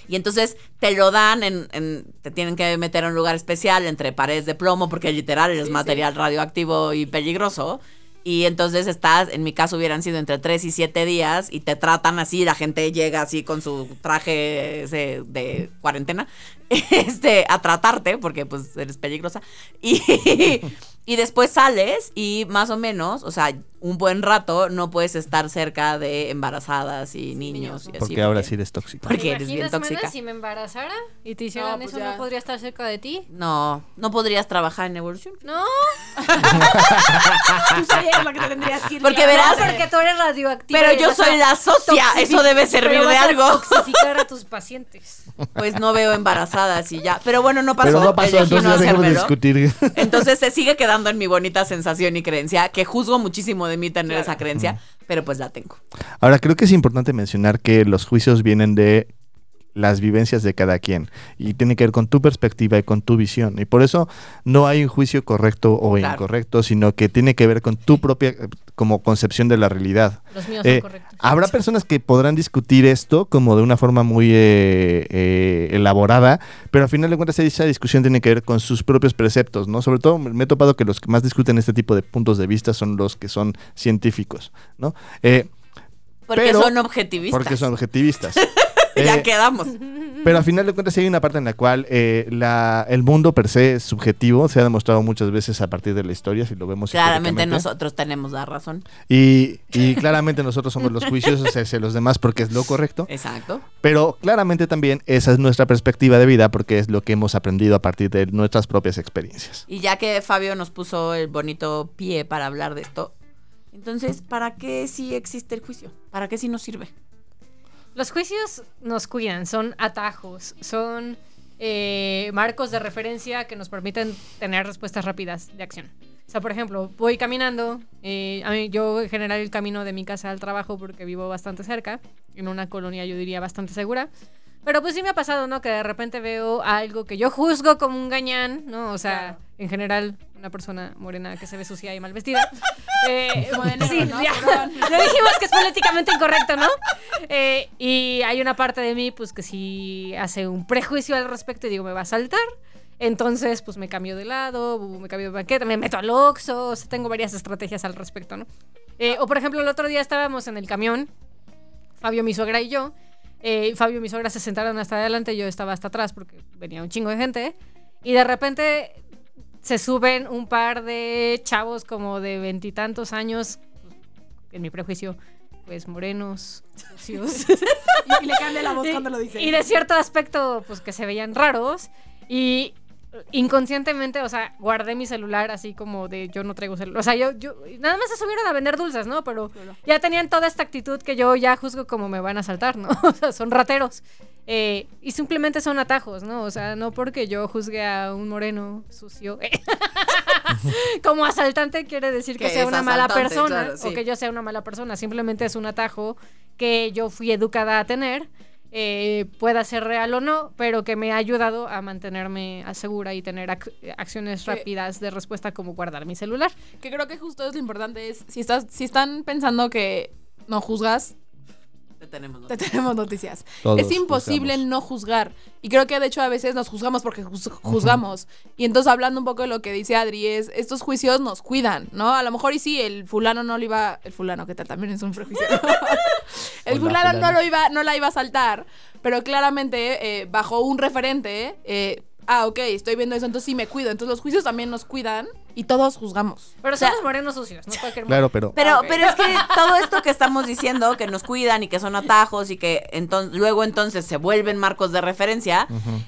Y entonces te lo dan, en, en- te tienen que meter a un lugar especial entre paredes de plomo, porque literal es material radioactivo y peligroso. Y entonces estás, en mi caso hubieran sido entre 3 y 7 días y te tratan así, la gente llega así con su traje ese de cuarentena, [laughs] este, a tratarte, porque pues eres peligrosa. [laughs] Y, y después sales y más o menos, o sea, un buen rato no puedes estar cerca de embarazadas y niños. y así, Porque ahora porque- sí eres tóxico. porque ¿Te eres bien imaginas, tóxica. Ah, mana, si me embarazara y te hicieran No, pues eso, ya. ¿no podría estar cerca de ti? No, no podrías trabajar en Evolution. No, Tú serías la que te tendrías que ir. Porque ya. verás- No, porque tú eres radioactiva. Pero y yo vas a soy la socia, toxific- eso debe servir pero de vas a algo. toxificar a tus pacientes. Pues no veo embarazadas y ya. Pero bueno, no pasó. Pero no pasó, elegí entonces no ya dejemos de hacérmelo. discutir. [laughs] Entonces se sigue quedando en mi bonita sensación y creencia, que juzgo muchísimo de mí tener esa creencia, pero pues la tengo. Ahora, creo que es importante mencionar que los juicios vienen de las vivencias de cada quien y tiene que ver con tu perspectiva y con tu visión y por eso no hay un juicio correcto o Claro. incorrecto sino que tiene que ver con tu propia eh, como concepción de la realidad Los míos eh, son correctos. Habrá personas que podrán discutir esto como de una forma muy eh, eh, elaborada, pero al final de cuentas esa discusión tiene que ver con sus propios preceptos, ¿no? Sobre todo me me he topado que los que más discuten este tipo de puntos de vista son los que son científicos, ¿no? Eh, Porque Pero- son objetivistas. porque son objetivistas. [laughs] ya Eh, quedamos. pero al final de cuentas sí hay una parte en la cual eh, la- el mundo per se es subjetivo, se ha demostrado muchas veces a partir de la historia, si lo vemos Claramente históricamente. nosotros tenemos la razón. Y, y claramente nosotros somos los juiciosos hacia los demás porque es lo correcto. Exacto. Pero claramente también esa es nuestra perspectiva de vida porque es lo que hemos aprendido a partir de nuestras propias experiencias. Y ya que Fabio nos puso el bonito pie para hablar de esto, entonces, ¿para qué sí existe el juicio? ¿Para qué sí nos sirve? Los juicios nos cuidan, son atajos, son eh, marcos de referencia que nos permiten tener respuestas rápidas de acción. O sea, por ejemplo, voy caminando, eh, a mí- yo en general el camino de mi casa al trabajo porque vivo bastante cerca, en una colonia yo diría bastante segura. Pero pues sí me ha pasado, ¿no? Que de repente veo algo que yo juzgo como un gañán, ¿no? O sea, en general, una persona morena que se ve sucia y mal vestida. Eh, Bueno, sí, ¿no? ya, [laughs] ya dijimos que es políticamente incorrecto, ¿no? Eh, y hay una parte de mí, pues, que sí hace un prejuicio al respecto y digo, me va a saltar. Entonces, pues me cambio de lado, me cambio de banqueta, me meto al Oxxo, o sea, tengo varias estrategias al respecto, ¿no? Eh, o por ejemplo, el otro día estábamos en el camión, Fabio, mi suegra y yo. Eh, Fabio y mi suegra se sentaron hasta adelante, yo estaba hasta atrás porque venía un chingo de gente. Y de repente se suben un par de chavos como de veintitantos años, en mi prejuicio, pues morenos, sucios. [laughs] Y le cambia la voz cuando lo dice. Y de cierto aspecto, pues que se veían raros. Y inconscientemente, o sea, guardé mi celular así como de yo no traigo celular. O sea, yo, yo nada más se subieron a vender dulces, ¿no? Pero ya tenían toda esta actitud que yo ya juzgo como me van a saltar, ¿no? [laughs] O sea, son rateros. Eh, y simplemente son atajos, ¿no? O sea, no porque yo juzgue a un moreno sucio eh, [laughs] como asaltante quiere decir que, Que sea es una mala asaltante, persona claro, sí. o que yo sea una mala persona. Simplemente es un atajo que yo fui educada a tener. eh, pueda ser real o no, pero que me ha ayudado a mantenerme a segura y tener ac- acciones rápidas de respuesta como guardar mi celular. Que creo que justo es lo importante es, si, estás, si están pensando que no juzgas, Te tenemos. te [laughs] tenemos noticias. Todos es imposible juzgamos. no juzgar. Y creo que de hecho a veces nos juzgamos porque juz- juzgamos. Y entonces hablando un poco de lo que dice Adri es, estos juicios nos cuidan, ¿no? A lo mejor y sí, el fulano no lo iba... El fulano, ¿qué tal? También es [laughs] un prejuicio. [laughs] el Hola, fulano, fulana. no lo iba, no la iba a saltar. Pero claramente, eh, bajo un referente, eh, ah, ok, estoy viendo eso, entonces sí me cuido. Entonces los juicios también nos cuidan y todos juzgamos. Pero sea- somos morenos sucios, no cualquier Claro, pero Pero, Ok. pero es que todo esto que estamos diciendo, que nos cuidan y que son atajos y que enton- luego entonces se vuelven marcos de referencia,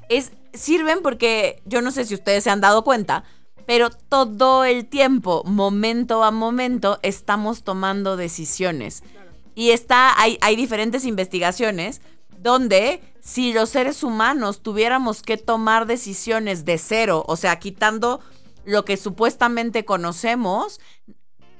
es, sirven porque yo no sé si ustedes se han dado cuenta, pero todo el tiempo, momento a momento, estamos tomando decisiones. Y está, hay, hay diferentes investigaciones donde si los seres humanos tuviéramos que tomar decisiones de cero, o sea, quitando lo que supuestamente conocemos,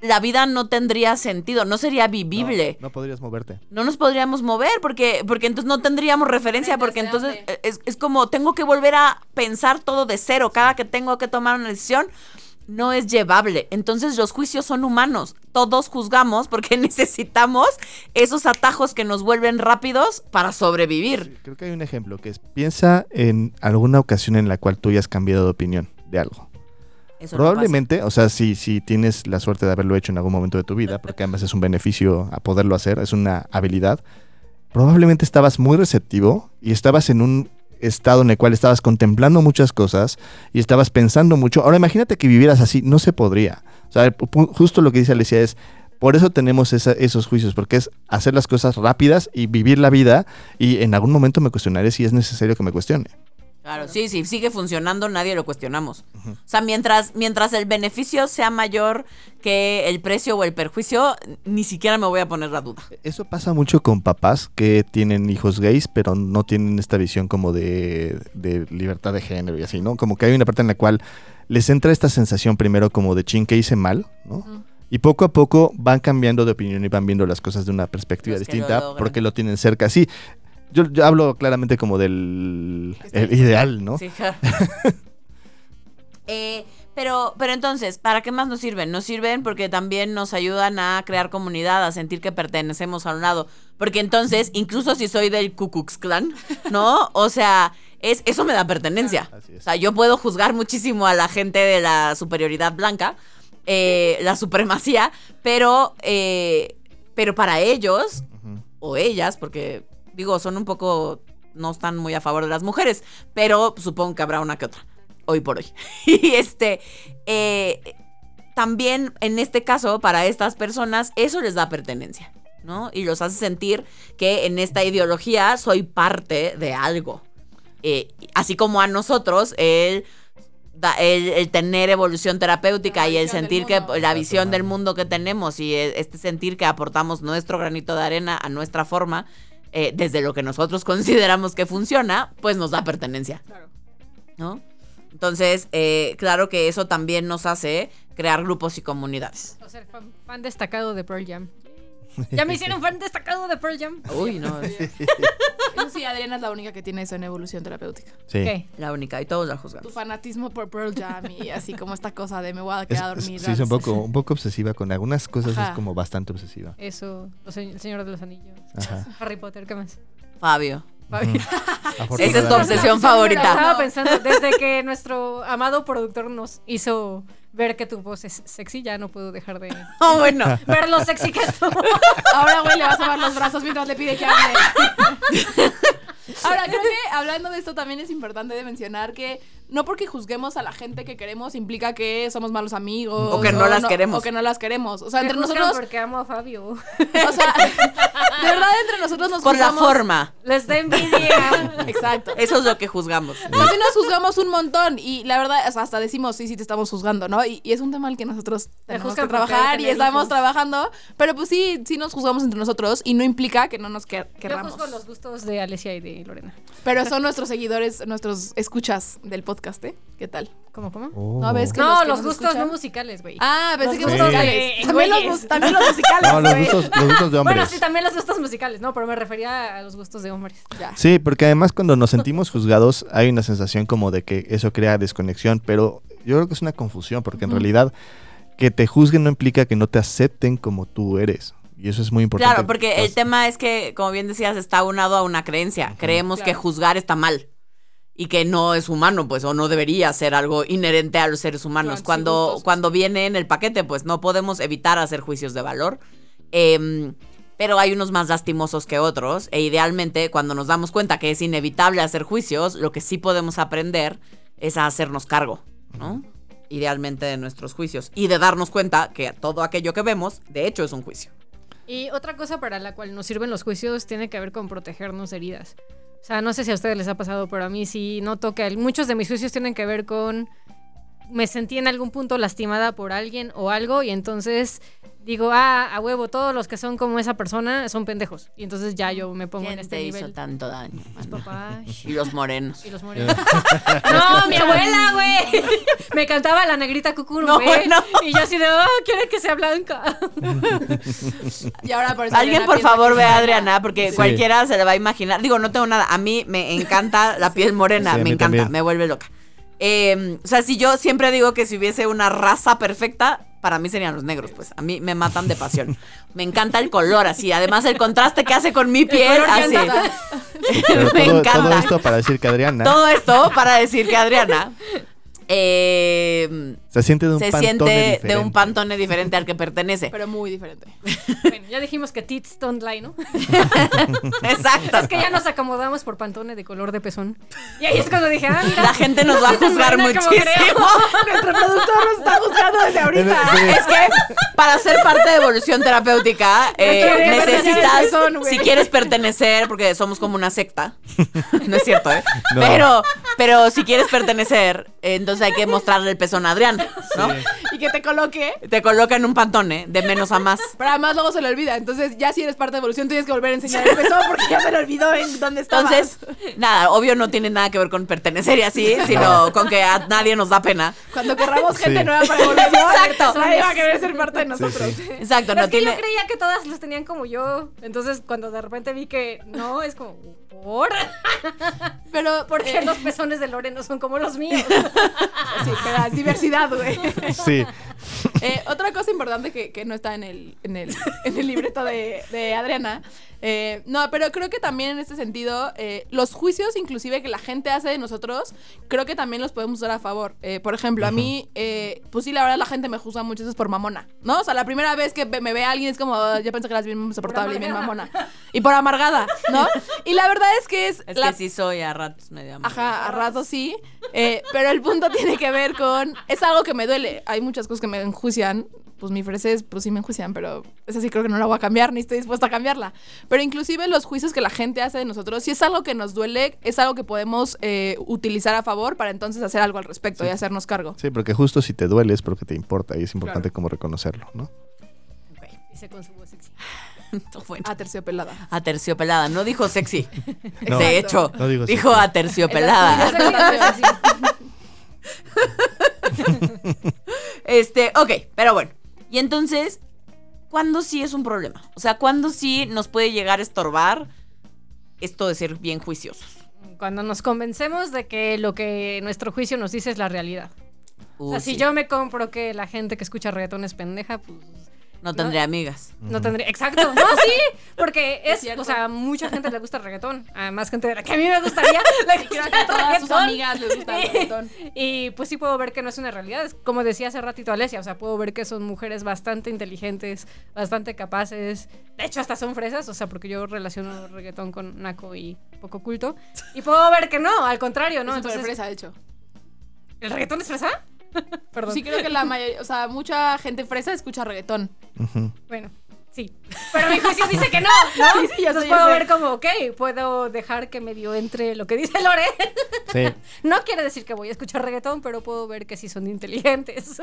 la vida no tendría sentido, no sería vivible. No, no podrías moverte. No, nos podríamos mover porque, porque entonces no tendríamos referencia, porque ¿Referencias de entonces eh, es, es como tengo que volver a pensar todo de cero, cada que tengo que tomar una decisión. No es llevable. Entonces los juicios son humanos. Todos juzgamos porque [laughs] necesitamos esos atajos que nos vuelven rápidos para sobrevivir. Creo que hay un ejemplo que es, piensa en alguna ocasión en la cual tú hayas cambiado de opinión de algo. Eso no Probablemente, o sea, si, si tienes la suerte de haberlo hecho en algún momento de tu vida, porque además es un beneficio a poderlo hacer, es una habilidad, probablemente estabas muy receptivo y estabas en un estado en el cual estabas contemplando muchas cosas y estabas pensando mucho. Ahora imagínate que vivieras así, no se podría. O sea, pu- pu- justo lo que dice Alicia es, por eso tenemos esa- esos juicios, porque es hacer las cosas rápidas y vivir la vida y en algún momento me cuestionaré si es necesario que me cuestione. pasa. Claro, sí, sí, sigue funcionando, nadie lo cuestionamos. O sea, mientras, mientras el beneficio sea mayor que el precio o el perjuicio, ni siquiera me voy a poner la duda. Eso pasa mucho con papás que tienen hijos gays, pero no tienen esta visión como de, de libertad de género y así, ¿no? Como que hay una parte en la cual les entra esta sensación primero como de chin que hice mal, ¿no? Y poco a poco van cambiando de opinión y van viendo las cosas de una perspectiva Los Pues que lo distinta logran. porque lo tienen cerca. Sí, Yo, yo hablo claramente como del el ideal, ¿no? Sí, ja. [laughs] Eh, pero, pero entonces, ¿para qué más nos sirven? Nos sirven porque también nos ayudan a crear comunidad, a sentir que pertenecemos a un lado. Porque entonces, incluso si soy del Ku Klux Klan, ¿no? O sea, es, eso me da pertenencia. Así O es. sea, yo puedo juzgar muchísimo a la gente de la superioridad blanca, eh, la supremacía, pero, eh, pero para ellos Ujú. o ellas, porque digo, son un poco, no están muy a favor de las mujeres, pero supongo que habrá una que otra, hoy por hoy. [laughs] y este, eh, también en este caso, para estas personas, eso les da pertenencia, ¿no? Y los hace sentir que en esta ideología soy parte de algo. Eh, así como a nosotros, el... da- el- el tener evolución terapéutica La y el visión del sentir que mundo. la visión del mundo que tenemos y eh, este sentir que aportamos nuestro granito de arena a nuestra forma, eh, desde lo que nosotros [laughs] consideramos que funciona, pues nos da pertenencia. ¿No? Entonces, eh, claro que eso también nos hace crear grupos y comunidades. O ser fan, fan destacado de Pearl [laughs] Jam. Ya me hicieron fan destacado de Pearl Jam. Uy, no, es Eso sí, Adriana es la única que tiene eso en evolución terapéutica. Sí. Ok. la única y todos la Tu juzgamos. fanatismo por Pearl Jam y así como esta cosa de me voy a Es- quedar a es- dormir. sí, es un poco, un poco obsesiva con algunas cosas, Ajá. es como [laughs] bastante obsesiva. Eso, los se- el Señor de los Anillos. Ajá. Harry Potter, ¿qué más? Fabio. Esa Fabi- es tu Afortunadamente. obsesión favorita. Estaba [laughs] pensando, desde que nuestro amado productor nos hizo ver que tu voz es sexy, ya no puedo dejar de Oh, bueno. ver lo sexy que es tu voz. [laughs] Ahora, güey, le vas a tomar los brazos mientras le pide que [laughs] hable. Ahora, creo que hablando de esto también es importante de mencionar que no porque juzguemos a la gente que queremos implica que somos malos amigos. O que no las queremos. O que no las queremos. O sea, Me entre juzgan nosotros. porque amo a Fabio. O sea, [laughs] de verdad, entre nosotros nos Por la juzgamos. forma. Les da envidia. [laughs] Exacto. Eso es lo que juzgamos. No, sí nos juzgamos un montón y la verdad, o sea, hasta decimos, sí, sí, te estamos juzgando, ¿no? Y, y es un tema al que nosotros tenemos que juzgan porque trabajar y tener estamos hijos. trabajando, pero pues sí, sí nos juzgamos entre nosotros y no implica que no nos quer- Yo querramos. juzgo los gustos de Alicia y de Lorena. Pero son nuestros seguidores, nuestros escuchas del podcast, ¿eh? ¿qué tal? ¿Cómo, cómo? Oh. No, ves que No, que los, nos gustos escuchan- no musicales, güey. Ah, pensé Los que gustos musicales. de- También, los, güeyes. mus- también los musicales. No, los güey. gustos, los gustos de hombres. bueno, sí, también los gustos musicales, ¿no? Pero me refería a los gustos de hombres. Ya. Sí, porque además cuando nos sentimos juzgados hay una sensación como de que eso crea desconexión, pero yo creo que es una confusión, porque en realidad que te juzguen no implica que no te acepten como tú eres. Y eso es muy importante. Pues, Claro, porque el tema es que, como bien decías, está unado a una creencia. Creemos que Claro. juzgar está mal y que no es humano, pues, o no debería ser algo inherente a los seres Claro, humanos. sí, cuando, gustos. cuando viene en el paquete, pues no podemos evitar hacer juicios de valor. Em, pero hay unos más lastimosos que otros, e idealmente cuando nos damos cuenta que es inevitable hacer juicios, lo que sí podemos aprender es a hacernos cargo, ¿no? Idealmente de nuestros juicios y de darnos cuenta que todo aquello que vemos, de hecho, es un juicio. Y otra cosa para la cual nos sirven los juicios tiene que ver con protegernos de heridas. O sea, no sé si a ustedes les ha pasado, pero a mí sí noto que el- muchos de mis juicios tienen que ver con me sentí en algún punto lastimada por alguien o algo y entonces digo, ah, a huevo, todos los que son como esa persona son pendejos. Y entonces ya yo me pongo en este nivel. tanto daño? Mis papás Y los morenos. y los morenos. no, mi abuela, güey. [laughs] me cantaba la negrita cucuru, No, güey. no. Y yo así de, oh, quiere que sea blanca. [laughs] Y ahora por Pues eso Alguien Adriana por piensa favor que- ve a Adriana porque cualquiera se le va a imaginar. Digo, no tengo nada. A mí me encanta la piel morena, Sí, a me mí encanta, también. me vuelve loca. Eh, o sea, si yo siempre digo que si hubiese una raza perfecta, para mí serían los negros, pues a mí me matan de pasión. Me encanta el color así, además el contraste que hace con mi piel color que así. anda. Pero [laughs] me todo, encanta. todo esto para decir que Adriana Todo esto para decir que Adriana [laughs] eh, se siente de un se pantone siente de un diferente. pantone diferente al que pertenece. Pero muy diferente. Bueno, ya dijimos que tits don't lie, ¿no? [laughs] Exacto. Es que ya nos acomodamos por pantone de color de pezón. Y ahí es cuando dije, ah, [laughs] mira. La gente nos va a soy tan juzgar morena como muchísimo. [laughs] Nuestro productor nos está juzgando desde ahorita. Es que para ser parte de evolución terapéutica eh, Estoy bien, necesitas, perteneces, son, güey. si quieres pertenecer, porque somos como una secta, [laughs] no es cierto, ¿eh? No. Pero, pero si quieres pertenecer, eh, entonces hay que mostrarle el pezón a Adrián. ¿no? y que te coloque. Te coloca en un pantone, de menos a más. Pero además luego se le olvida. Entonces, ya si eres parte de evolución, tienes que volver a enseñar el peso porque ya me lo olvidó en dónde estabas. Entonces, nada, obvio no tiene nada que ver con pertenecer y así, sino con que a nadie nos da pena. cuando querramos gente Sí. nueva para evolución, Exacto. nadie va a querer ser parte de Sí, nosotros. sí. Exacto, Pero no es que tiene. yo creía que todas los tenían como yo. Entonces, cuando de repente vi que no, es como, ¿por? Pero, ¿Por qué eh, los pezones de Lore no son como los míos? [laughs] Sí, que la diversidad, güey. Sí. Eh, otra cosa importante que, que no está en el, en el, en el libreto de, de Adriana. eh, no, pero creo que también en este sentido, eh, los juicios inclusive que la gente hace de nosotros, creo que también los podemos usar a favor. Eh, por ejemplo, a mí, eh, pues sí, la verdad la gente me juzga muchas veces por mamona, ¿no? O sea, la primera vez que ve- me ve alguien es como, "Ah, yo pensé que eras bien soportable y bien mamona. Y por amargada, [laughs] ¿no? Y la verdad es que es... Es la- que sí soy a ratos medio amable. [laughs] Ajá, a ratos sí. eh, pero el punto [laughs] tiene que ver con. Es algo que me duele. Hay muchas cosas que me enjuician. Pues mi frase es, pues sí me enjuician, pero esa sí creo que no la voy a cambiar, ni estoy dispuesta a cambiarla. Pero inclusive los juicios que la gente hace de nosotros, si es algo que nos duele, es algo que podemos eh, utilizar a favor para entonces hacer algo al respecto y hacernos cargo. Sí, porque justo si te duele es porque te importa y es importante como reconocerlo, ¿no? Dice con su [laughs] voz sexy. Bueno, A Ah, terciopelada. aterciopelada, no dijo sexy. No. de hecho, No digo dijo sexy. aterciopelada. Esa es mi interpretación. Este, ok, pero bueno. Y entonces, ¿cuándo sí es un problema? O sea, ¿cuándo sí nos puede llegar a estorbar esto de ser bien juiciosos? Cuando nos convencemos de que lo que nuestro juicio nos dice es la realidad. o Uy, sea, si sí, yo me compro que la gente que escucha reggaetón es pendeja, pues no tendré amigas. no tendría. Exacto. No, sí. Porque [laughs] Es es, cierto. o sea, mucha gente le gusta el reggaetón. A más gente de la que a mí me [laughs] gustaría. Le Creo gusta que a el [laughs] todas sus reggaetón. amigas les gusta el [laughs] reggaetón. Y pues sí puedo ver que no es una realidad. Es como decía hace ratito Alesia, o sea, puedo ver que son mujeres bastante inteligentes, bastante capaces. De hecho, hasta son fresas, o sea, porque yo relaciono reggaetón con naco y poco culto. Y puedo ver que no, al contrario, ¿no? Es súper Entonces, fresa, de hecho. ¿el reggaetón es fresa? Perdón. [laughs] pues Sí creo que la mayoría, o sea, mucha gente fresa escucha reggaetón. Ujú. Bueno, sí. Pero mi juicio dice que no, ¿no? [laughs] Sí, sí, yo Entonces sé, yo puedo sé. ver como, ok, puedo dejar que medio entre lo que dice Lore. [laughs] Sí. No quiere decir que voy a escuchar reggaetón, pero puedo ver que sí son inteligentes.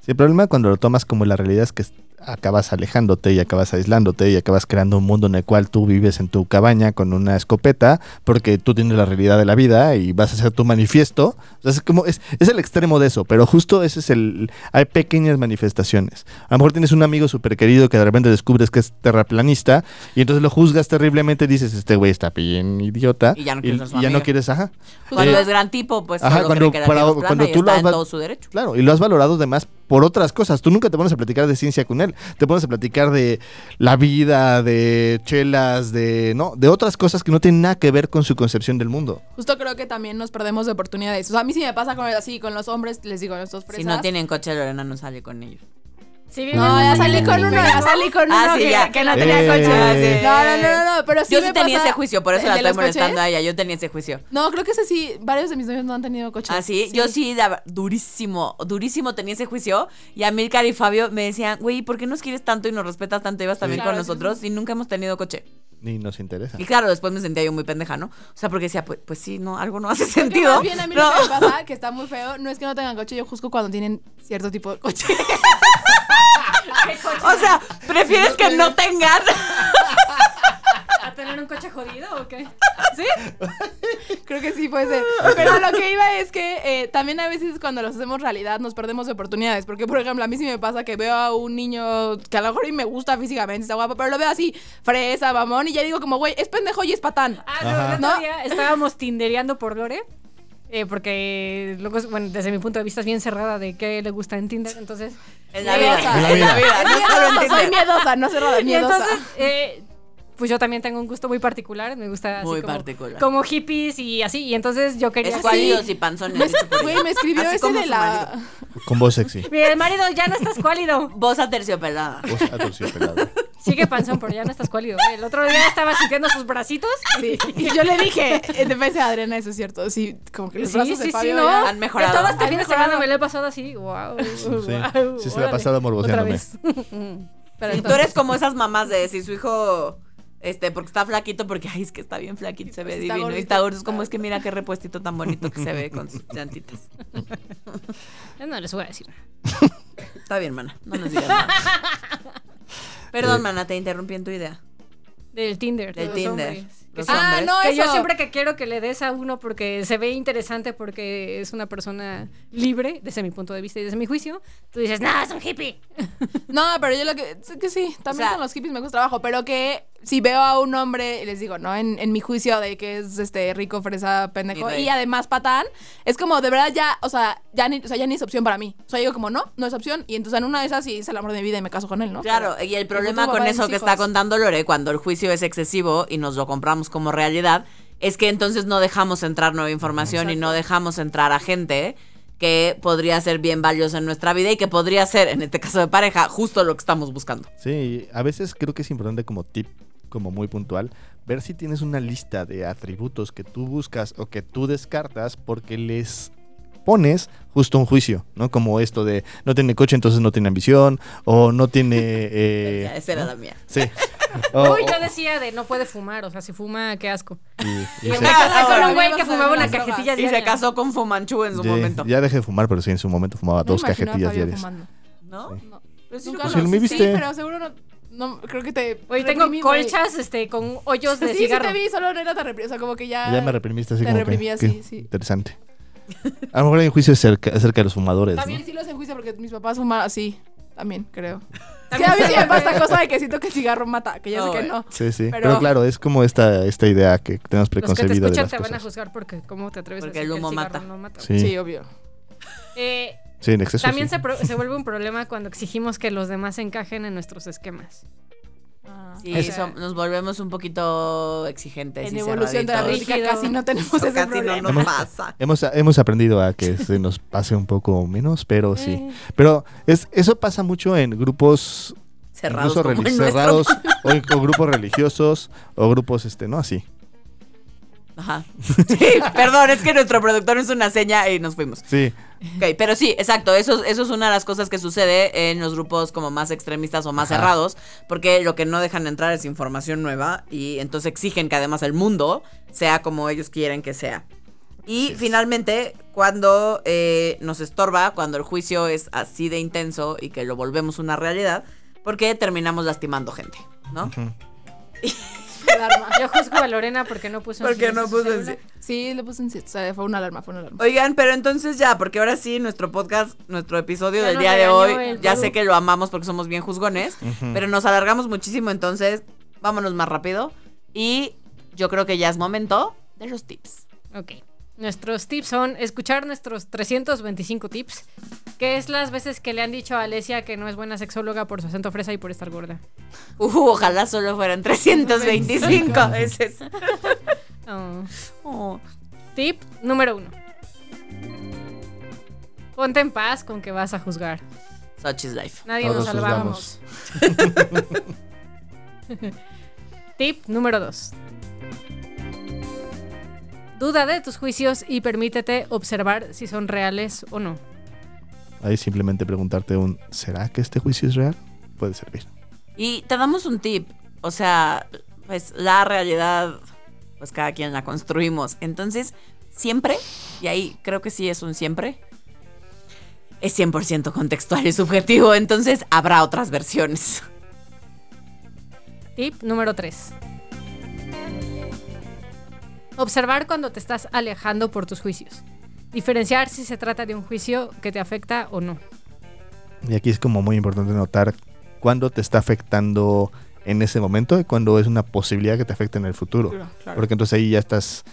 Sí, el problema cuando lo tomas como la realidad es que es- acabas alejándote y acabas aislándote y acabas creando un mundo en el cual tú vives en tu cabaña con una escopeta porque tú tienes la realidad de la vida y vas a hacer tu manifiesto. O sea, es como es, es el extremo de eso, pero justo ese es el hay pequeñas manifestaciones. A lo mejor tienes un amigo súper querido que de repente descubres que es terraplanista y entonces lo juzgas terriblemente y dices, este güey está bien idiota Y ya no y, quieres ser su y ya amigo. no quieres, ajá. Cuando Eh, es gran tipo, pues ajá, solo cuando- cree que la para- vida es plana cuando y tú lo está has en va- todo su derecho. Claro, y lo has valorado además por otras cosas. Tú nunca te pones a platicar de ciencia con él. Te pones a platicar de la vida, de chelas, de no, de otras cosas que no tienen nada que ver con su concepción del mundo. Justo creo que también nos perdemos de oportunidades. O sea, a mí sí me pasa con así, con los hombres, les digo, estos fresas. Si no tienen coche, Lorena no sale con ellos. Sí, bien. No, ya salí con uno, ya salí con uno Ah, sí, que, ya. que no Eh. tenía coche. Ah, sí. No, no, no, no, no, pero sí yo me sí tenía pasa ese juicio, por eso el la de estoy los coches. molestando a ella. Yo tenía ese juicio. No, creo que ese sí, varios de mis novios no han tenido coche. Así, yo ¿Ah, sí, daba- durísimo, durísimo tenía ese juicio. Y Amílcar y Fabio me decían, güey, ¿por qué nos quieres tanto y nos respetas tanto y vas también Claro, con sí, nosotros si nunca hemos tenido coche? Ni nos interesa. Y claro, después me sentía yo muy pendeja, ¿no? O sea, porque decía, pues, pues sí, no, algo no hace Porque sentido. Más bien a mí No. lo que me pasa, que está muy feo, no es que no tengan coche, yo juzgo cuando tienen cierto tipo de coche. [laughs] Oh. O sea, prefieres que no tengan. ¿A tener un coche jodido o [laughs] qué? Creo que sí puede ser. Pero lo que iba es que eh, también a veces cuando los hacemos realidad nos perdemos de oportunidades. Porque, por ejemplo, a mí sí me pasa que veo a un niño que a lo mejor y me gusta físicamente, está guapo, pero lo veo así, fresa, mamón, y ya digo como, güey, es pendejo y es patán. Ah, no, el otro No. día estábamos tindereando por Lore. eh, porque, luego, es- bueno, desde mi punto de vista es bien cerrada de qué le gusta en Tinder. Entonces, En la [laughs] vida, vida, en en la la vida. No solo en Miedosa, soy Tinder. miedosa, no cerrada, y miedosa. entonces eh, pues yo también tengo un gusto muy particular. Me gusta así Muy como, particular. como hippies y así. Y entonces yo quería. Escuálidos y panzones. dicho por ella. Güey, me escribió Así ese como de su la. marido. Con voz sexy. Mi marido ya no estás cuálido. Voz aterciopelada. Voz aterciopelada. Sigue panzón, pero ya no estás cuálido. El otro día estaba sintiendo sus bracitos. Sí. Y yo le dije, en defensa de Adriana, eso es cierto. Sí, como que los Sí, brazos sí, de sí, Fabio ¿no? ya- Han mejorado. Todo este Han fin de mejorado. semana me lo he pasado así. Wow. wow, sí se la ha órale. pasado Otra morboseándome. vez. Pero Y tú eres como esas mamás de si su hijo Este, porque está flaquito, porque ay, es que está bien flaquito, se ve Está divino. y gordito, está gordo, es como es está que mira qué repuestito tan bonito que se ve con sus llantitas. Yo no les voy a decir nada. Está bien, mana, no nos [laughs] digas nada. Perdón, mana, te interrumpí en tu idea. Del Tinder. Del los Tinder. hombres. Los Ah, hombres. no, Que yo eso. siempre que quiero que le des a uno porque se ve interesante, porque es una persona libre, desde mi punto de vista y desde mi juicio, tú dices, no, es un hippie. No, pero yo lo que. sí que sí, también O sea- con los hippies me cuesta trabajo, pero que si veo a un hombre, y les digo, ¿no? En, en mi juicio de que es este rico, fresa, pendejo, Mi rey. y además patán, es como de verdad ya, o sea, ya ni, o sea, ya ni es opción para mí. O sea, digo como, no, no es opción, y entonces en una de esas sí es el amor de mi vida y me caso con él, ¿no? Claro, eh, y el problema futuro con va en eso que mis está hijos. contando Lore, cuando el juicio es excesivo y nos lo compramos como realidad, es que entonces no dejamos entrar nueva información y no dejamos entrar a gente que podría ser bien valiosa en nuestra vida y que podría ser, en este caso de pareja, justo lo que estamos buscando. Sí, a veces creo que es importante como tip, como muy puntual, ver si tienes una lista de atributos que tú buscas o que tú descartas porque les pones justo un juicio, ¿no? Como esto de no tiene coche, entonces no tiene ambición, o no tiene... eh, Ya, esa era ¿no? la mía. Sí. O- Uy, yo o- decía de no puede fumar, o sea, si fuma, qué asco. y- y Y me se- casé con un ahora güey que vamos a fumaba ver una las drogas. cajetilla Y se diaria. casó con Fumanchu en su ya- momento. Ya dejé de fumar, pero sí, en su momento fumaba No me dos imagino a cajetillas Fabio diarias. fumando. ¿No? Sí. Pero sí lo Nunca pues, lo- él me sí, viste. pero seguro no, no, creo que te. Hoy tengo reprimí, güey. colchas este, con hoyos de [laughs] Sí, sí cigarro. te vi, solo no era tan reprimida, o sea, como que ya. Ya me reprimiste así Te como que- reprimí que así, sí. Interesante. A lo mejor hay un juicio cerca- acerca de los fumadores, ¿no? También sí los enjuicio porque mis papás fuman así, también [laughs] creo. Es que También a mí se sí me ve. pasa cosa de que siento que el cigarro mata, que ya No, sé que güey. no. Sí, sí. Pero- Pero, claro, es como esta, esta idea que tenemos Los que te preconcebida de escuchan las te van a cosas. juzgar porque cómo te atreves Porque a el decir que humo cigarro mata. no mata. Sí. Sí, sí, obvio. Eh, en exceso. también sí. se, pro- se vuelve un problema cuando exigimos que los demás encajen en nuestros esquemas. Sí, Esa- som- nos volvemos un poquito exigentes. Ah. En y evolución de [laughs] la cerraditos. música Rígido. casi no tenemos Eso ese casi problema. no nos pasa. Hemos, hemos aprendido a que se nos pase un poco menos, pero Mm, Eh. sí. Mm, Pero es, eso pasa mucho en grupos Cerrados incluso como reli- el nuestro. cerrados o, en- o grupos religiosos o grupos, este, no así. Ajá. [laughs] Sí, perdón, es que nuestro productor es una seña y nos fuimos. Sí, Ok, pero sí, exacto, eso, eso es una de las cosas que sucede en los grupos como más extremistas o más Ajá. cerrados, porque lo que no dejan entrar es información nueva y entonces exigen que además el mundo sea como ellos quieren que sea. Y finalmente, cuando eh, nos estorba, cuando el juicio es así de intenso y que lo volvemos una realidad, porque terminamos lastimando gente, ¿no? Alarma. [laughs] Yo juzgo a Lorena porque no puso en Porque no silencio su puse celular. Sí, le puse en... O sea, fue una alarma, fue una alarma. Oigan, pero entonces ya, porque ahora sí, nuestro podcast, nuestro episodio Ya del nos día de regañó hoy, el ya Perú. sé que lo amamos porque somos bien juzgones, pero nos alargamos muchísimo, entonces vámonos más rápido. Y yo creo que ya es momento de los tips. Ok. Nuestros tips son escuchar nuestros 325 tips, que es las veces que le han dicho a Alesia que no es buena sexóloga por su acento fresa y por estar gorda. Uh, ojalá solo fueran 325 veces. Oh. Oh, Tip número uno. Ponte en paz con que vas a juzgar. such is life. Nadie nos Todos salvamos. [laughs] Tip número dos. Duda de tus juicios y permítete observar si son reales o no. ahí simplemente preguntarte un, ¿será que este juicio es real? Puede servir. Y te damos un tip, o sea, pues la realidad, pues cada quien la construimos. Entonces, siempre, y ahí creo que sí es un siempre, es 100% contextual y subjetivo, entonces habrá otras versiones. Tip número 3. Observar cuando te estás alejando por tus juicios. Diferenciar si se trata de un juicio que te afecta o no. Y aquí es como muy importante notar cuándo te está afectando en ese momento y cuándo es una posibilidad que te afecte en el futuro. Porque entonces ahí ya estás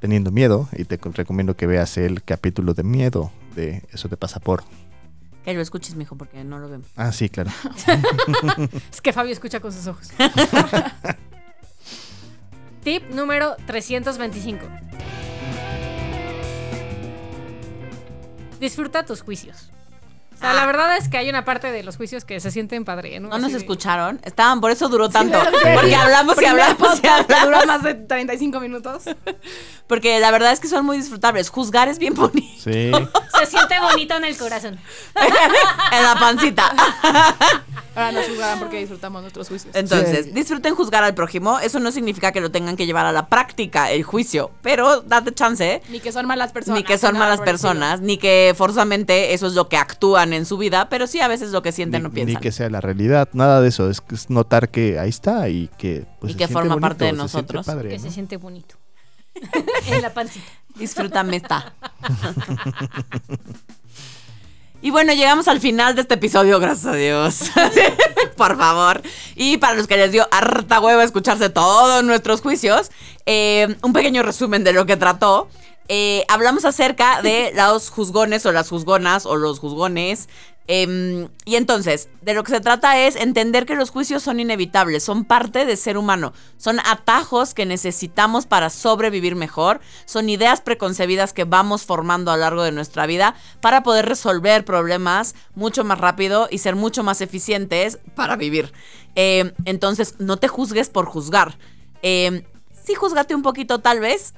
teniendo miedo y te con- recomiendo que veas el capítulo de miedo de Eso te pasa por. Que lo escuches, mijo, porque no lo vemos. Ah, [laughs] sí, claro. Es que Fabio escucha con sus ojos. Tip número 325. Disfruta tus juicios. sea, la verdad es que hay una parte de los juicios que se sienten padre, ¿no? Ah. No Así nos de- escucharon. Estaban, por eso duró tanto. pero sí. Porque hablamos y Primer hablamos y podcast que hablamos. Duró más de 35 minutos. Porque la verdad es que son muy disfrutables. Juzgar es bien bonito. [laughs] Sí. Se siente bonito en el corazón. en la pancita. Ahora nos juzgarán porque disfrutamos nuestros juicios. Entonces, disfruten juzgar al prójimo. Eso no significa que lo tengan que llevar a la práctica, el juicio. Pero date chance. Ni que son malas personas. ni que son nada malas por el estilo. personas, ni que forzosamente eso es lo que actúan en su vida, pero sí a veces lo que sienten ni, no piensan. ni que sea la realidad, nada de eso. Es, que es notar que ahí está y que, pues, Y se que siente forma bonito, parte de se siente nosotros. padre, Que se ¿no? siente bonito. [laughs] en la pancita. Disfrútame esta. Y bueno, llegamos al final de este episodio, gracias a Dios. [laughs] Por favor. Y para los que les dio harta hueva escucharse todos nuestros juicios, eh, un pequeño resumen de lo que trató. Eh, hablamos acerca de los juzgones o las juzgonas o los juzgones. Em, y entonces, de lo que se trata es entender que los juicios son inevitables, son parte de ser humano, son atajos que necesitamos para sobrevivir mejor, son ideas preconcebidas que vamos formando a lo largo de nuestra vida para poder resolver problemas mucho más rápido y ser mucho más eficientes para vivir. Em, entonces, no te juzgues por juzgar. Em, sí, juzgate un poquito tal vez,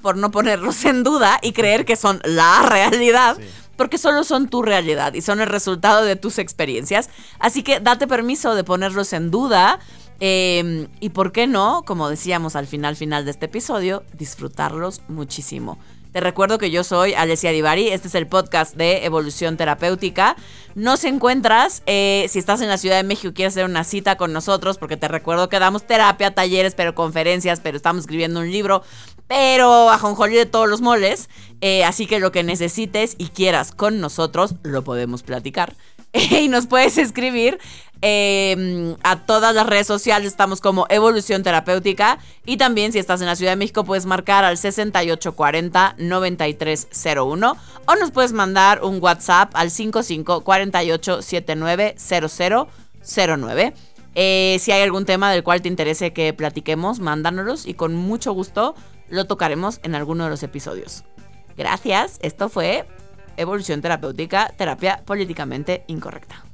por no ponerlos en duda y creer que son la [laughs] realidad, porque solo son tu realidad y son el resultado de tus experiencias. Así que date permiso de ponerlos en duda. eh, y por qué no, como decíamos al final final de este episodio, disfrutarlos muchísimo. Te recuerdo que yo soy Alessia Divari, este es el podcast de Evolución Terapéutica. Nos encuentras, eh, si estás en la Ciudad de México y quieres hacer una cita con nosotros, porque te recuerdo que damos terapia, talleres, pero conferencias, pero estamos escribiendo un libro, pero ajonjolí de todos los moles. Eh, así que lo que necesites y quieras con nosotros, lo podemos platicar. [laughs] y nos puedes escribir eh, a todas las redes sociales estamos como Evolución Terapéutica y también si estás en la Ciudad de México puedes marcar al 6840-9301 o nos puedes mandar un WhatsApp al 5548790009. Eh, si hay algún tema del cual te interese que platiquemos, mándanoslos y con mucho gusto lo tocaremos en alguno de los episodios. Gracias, esto fue Evolución Terapéutica, terapia políticamente incorrecta.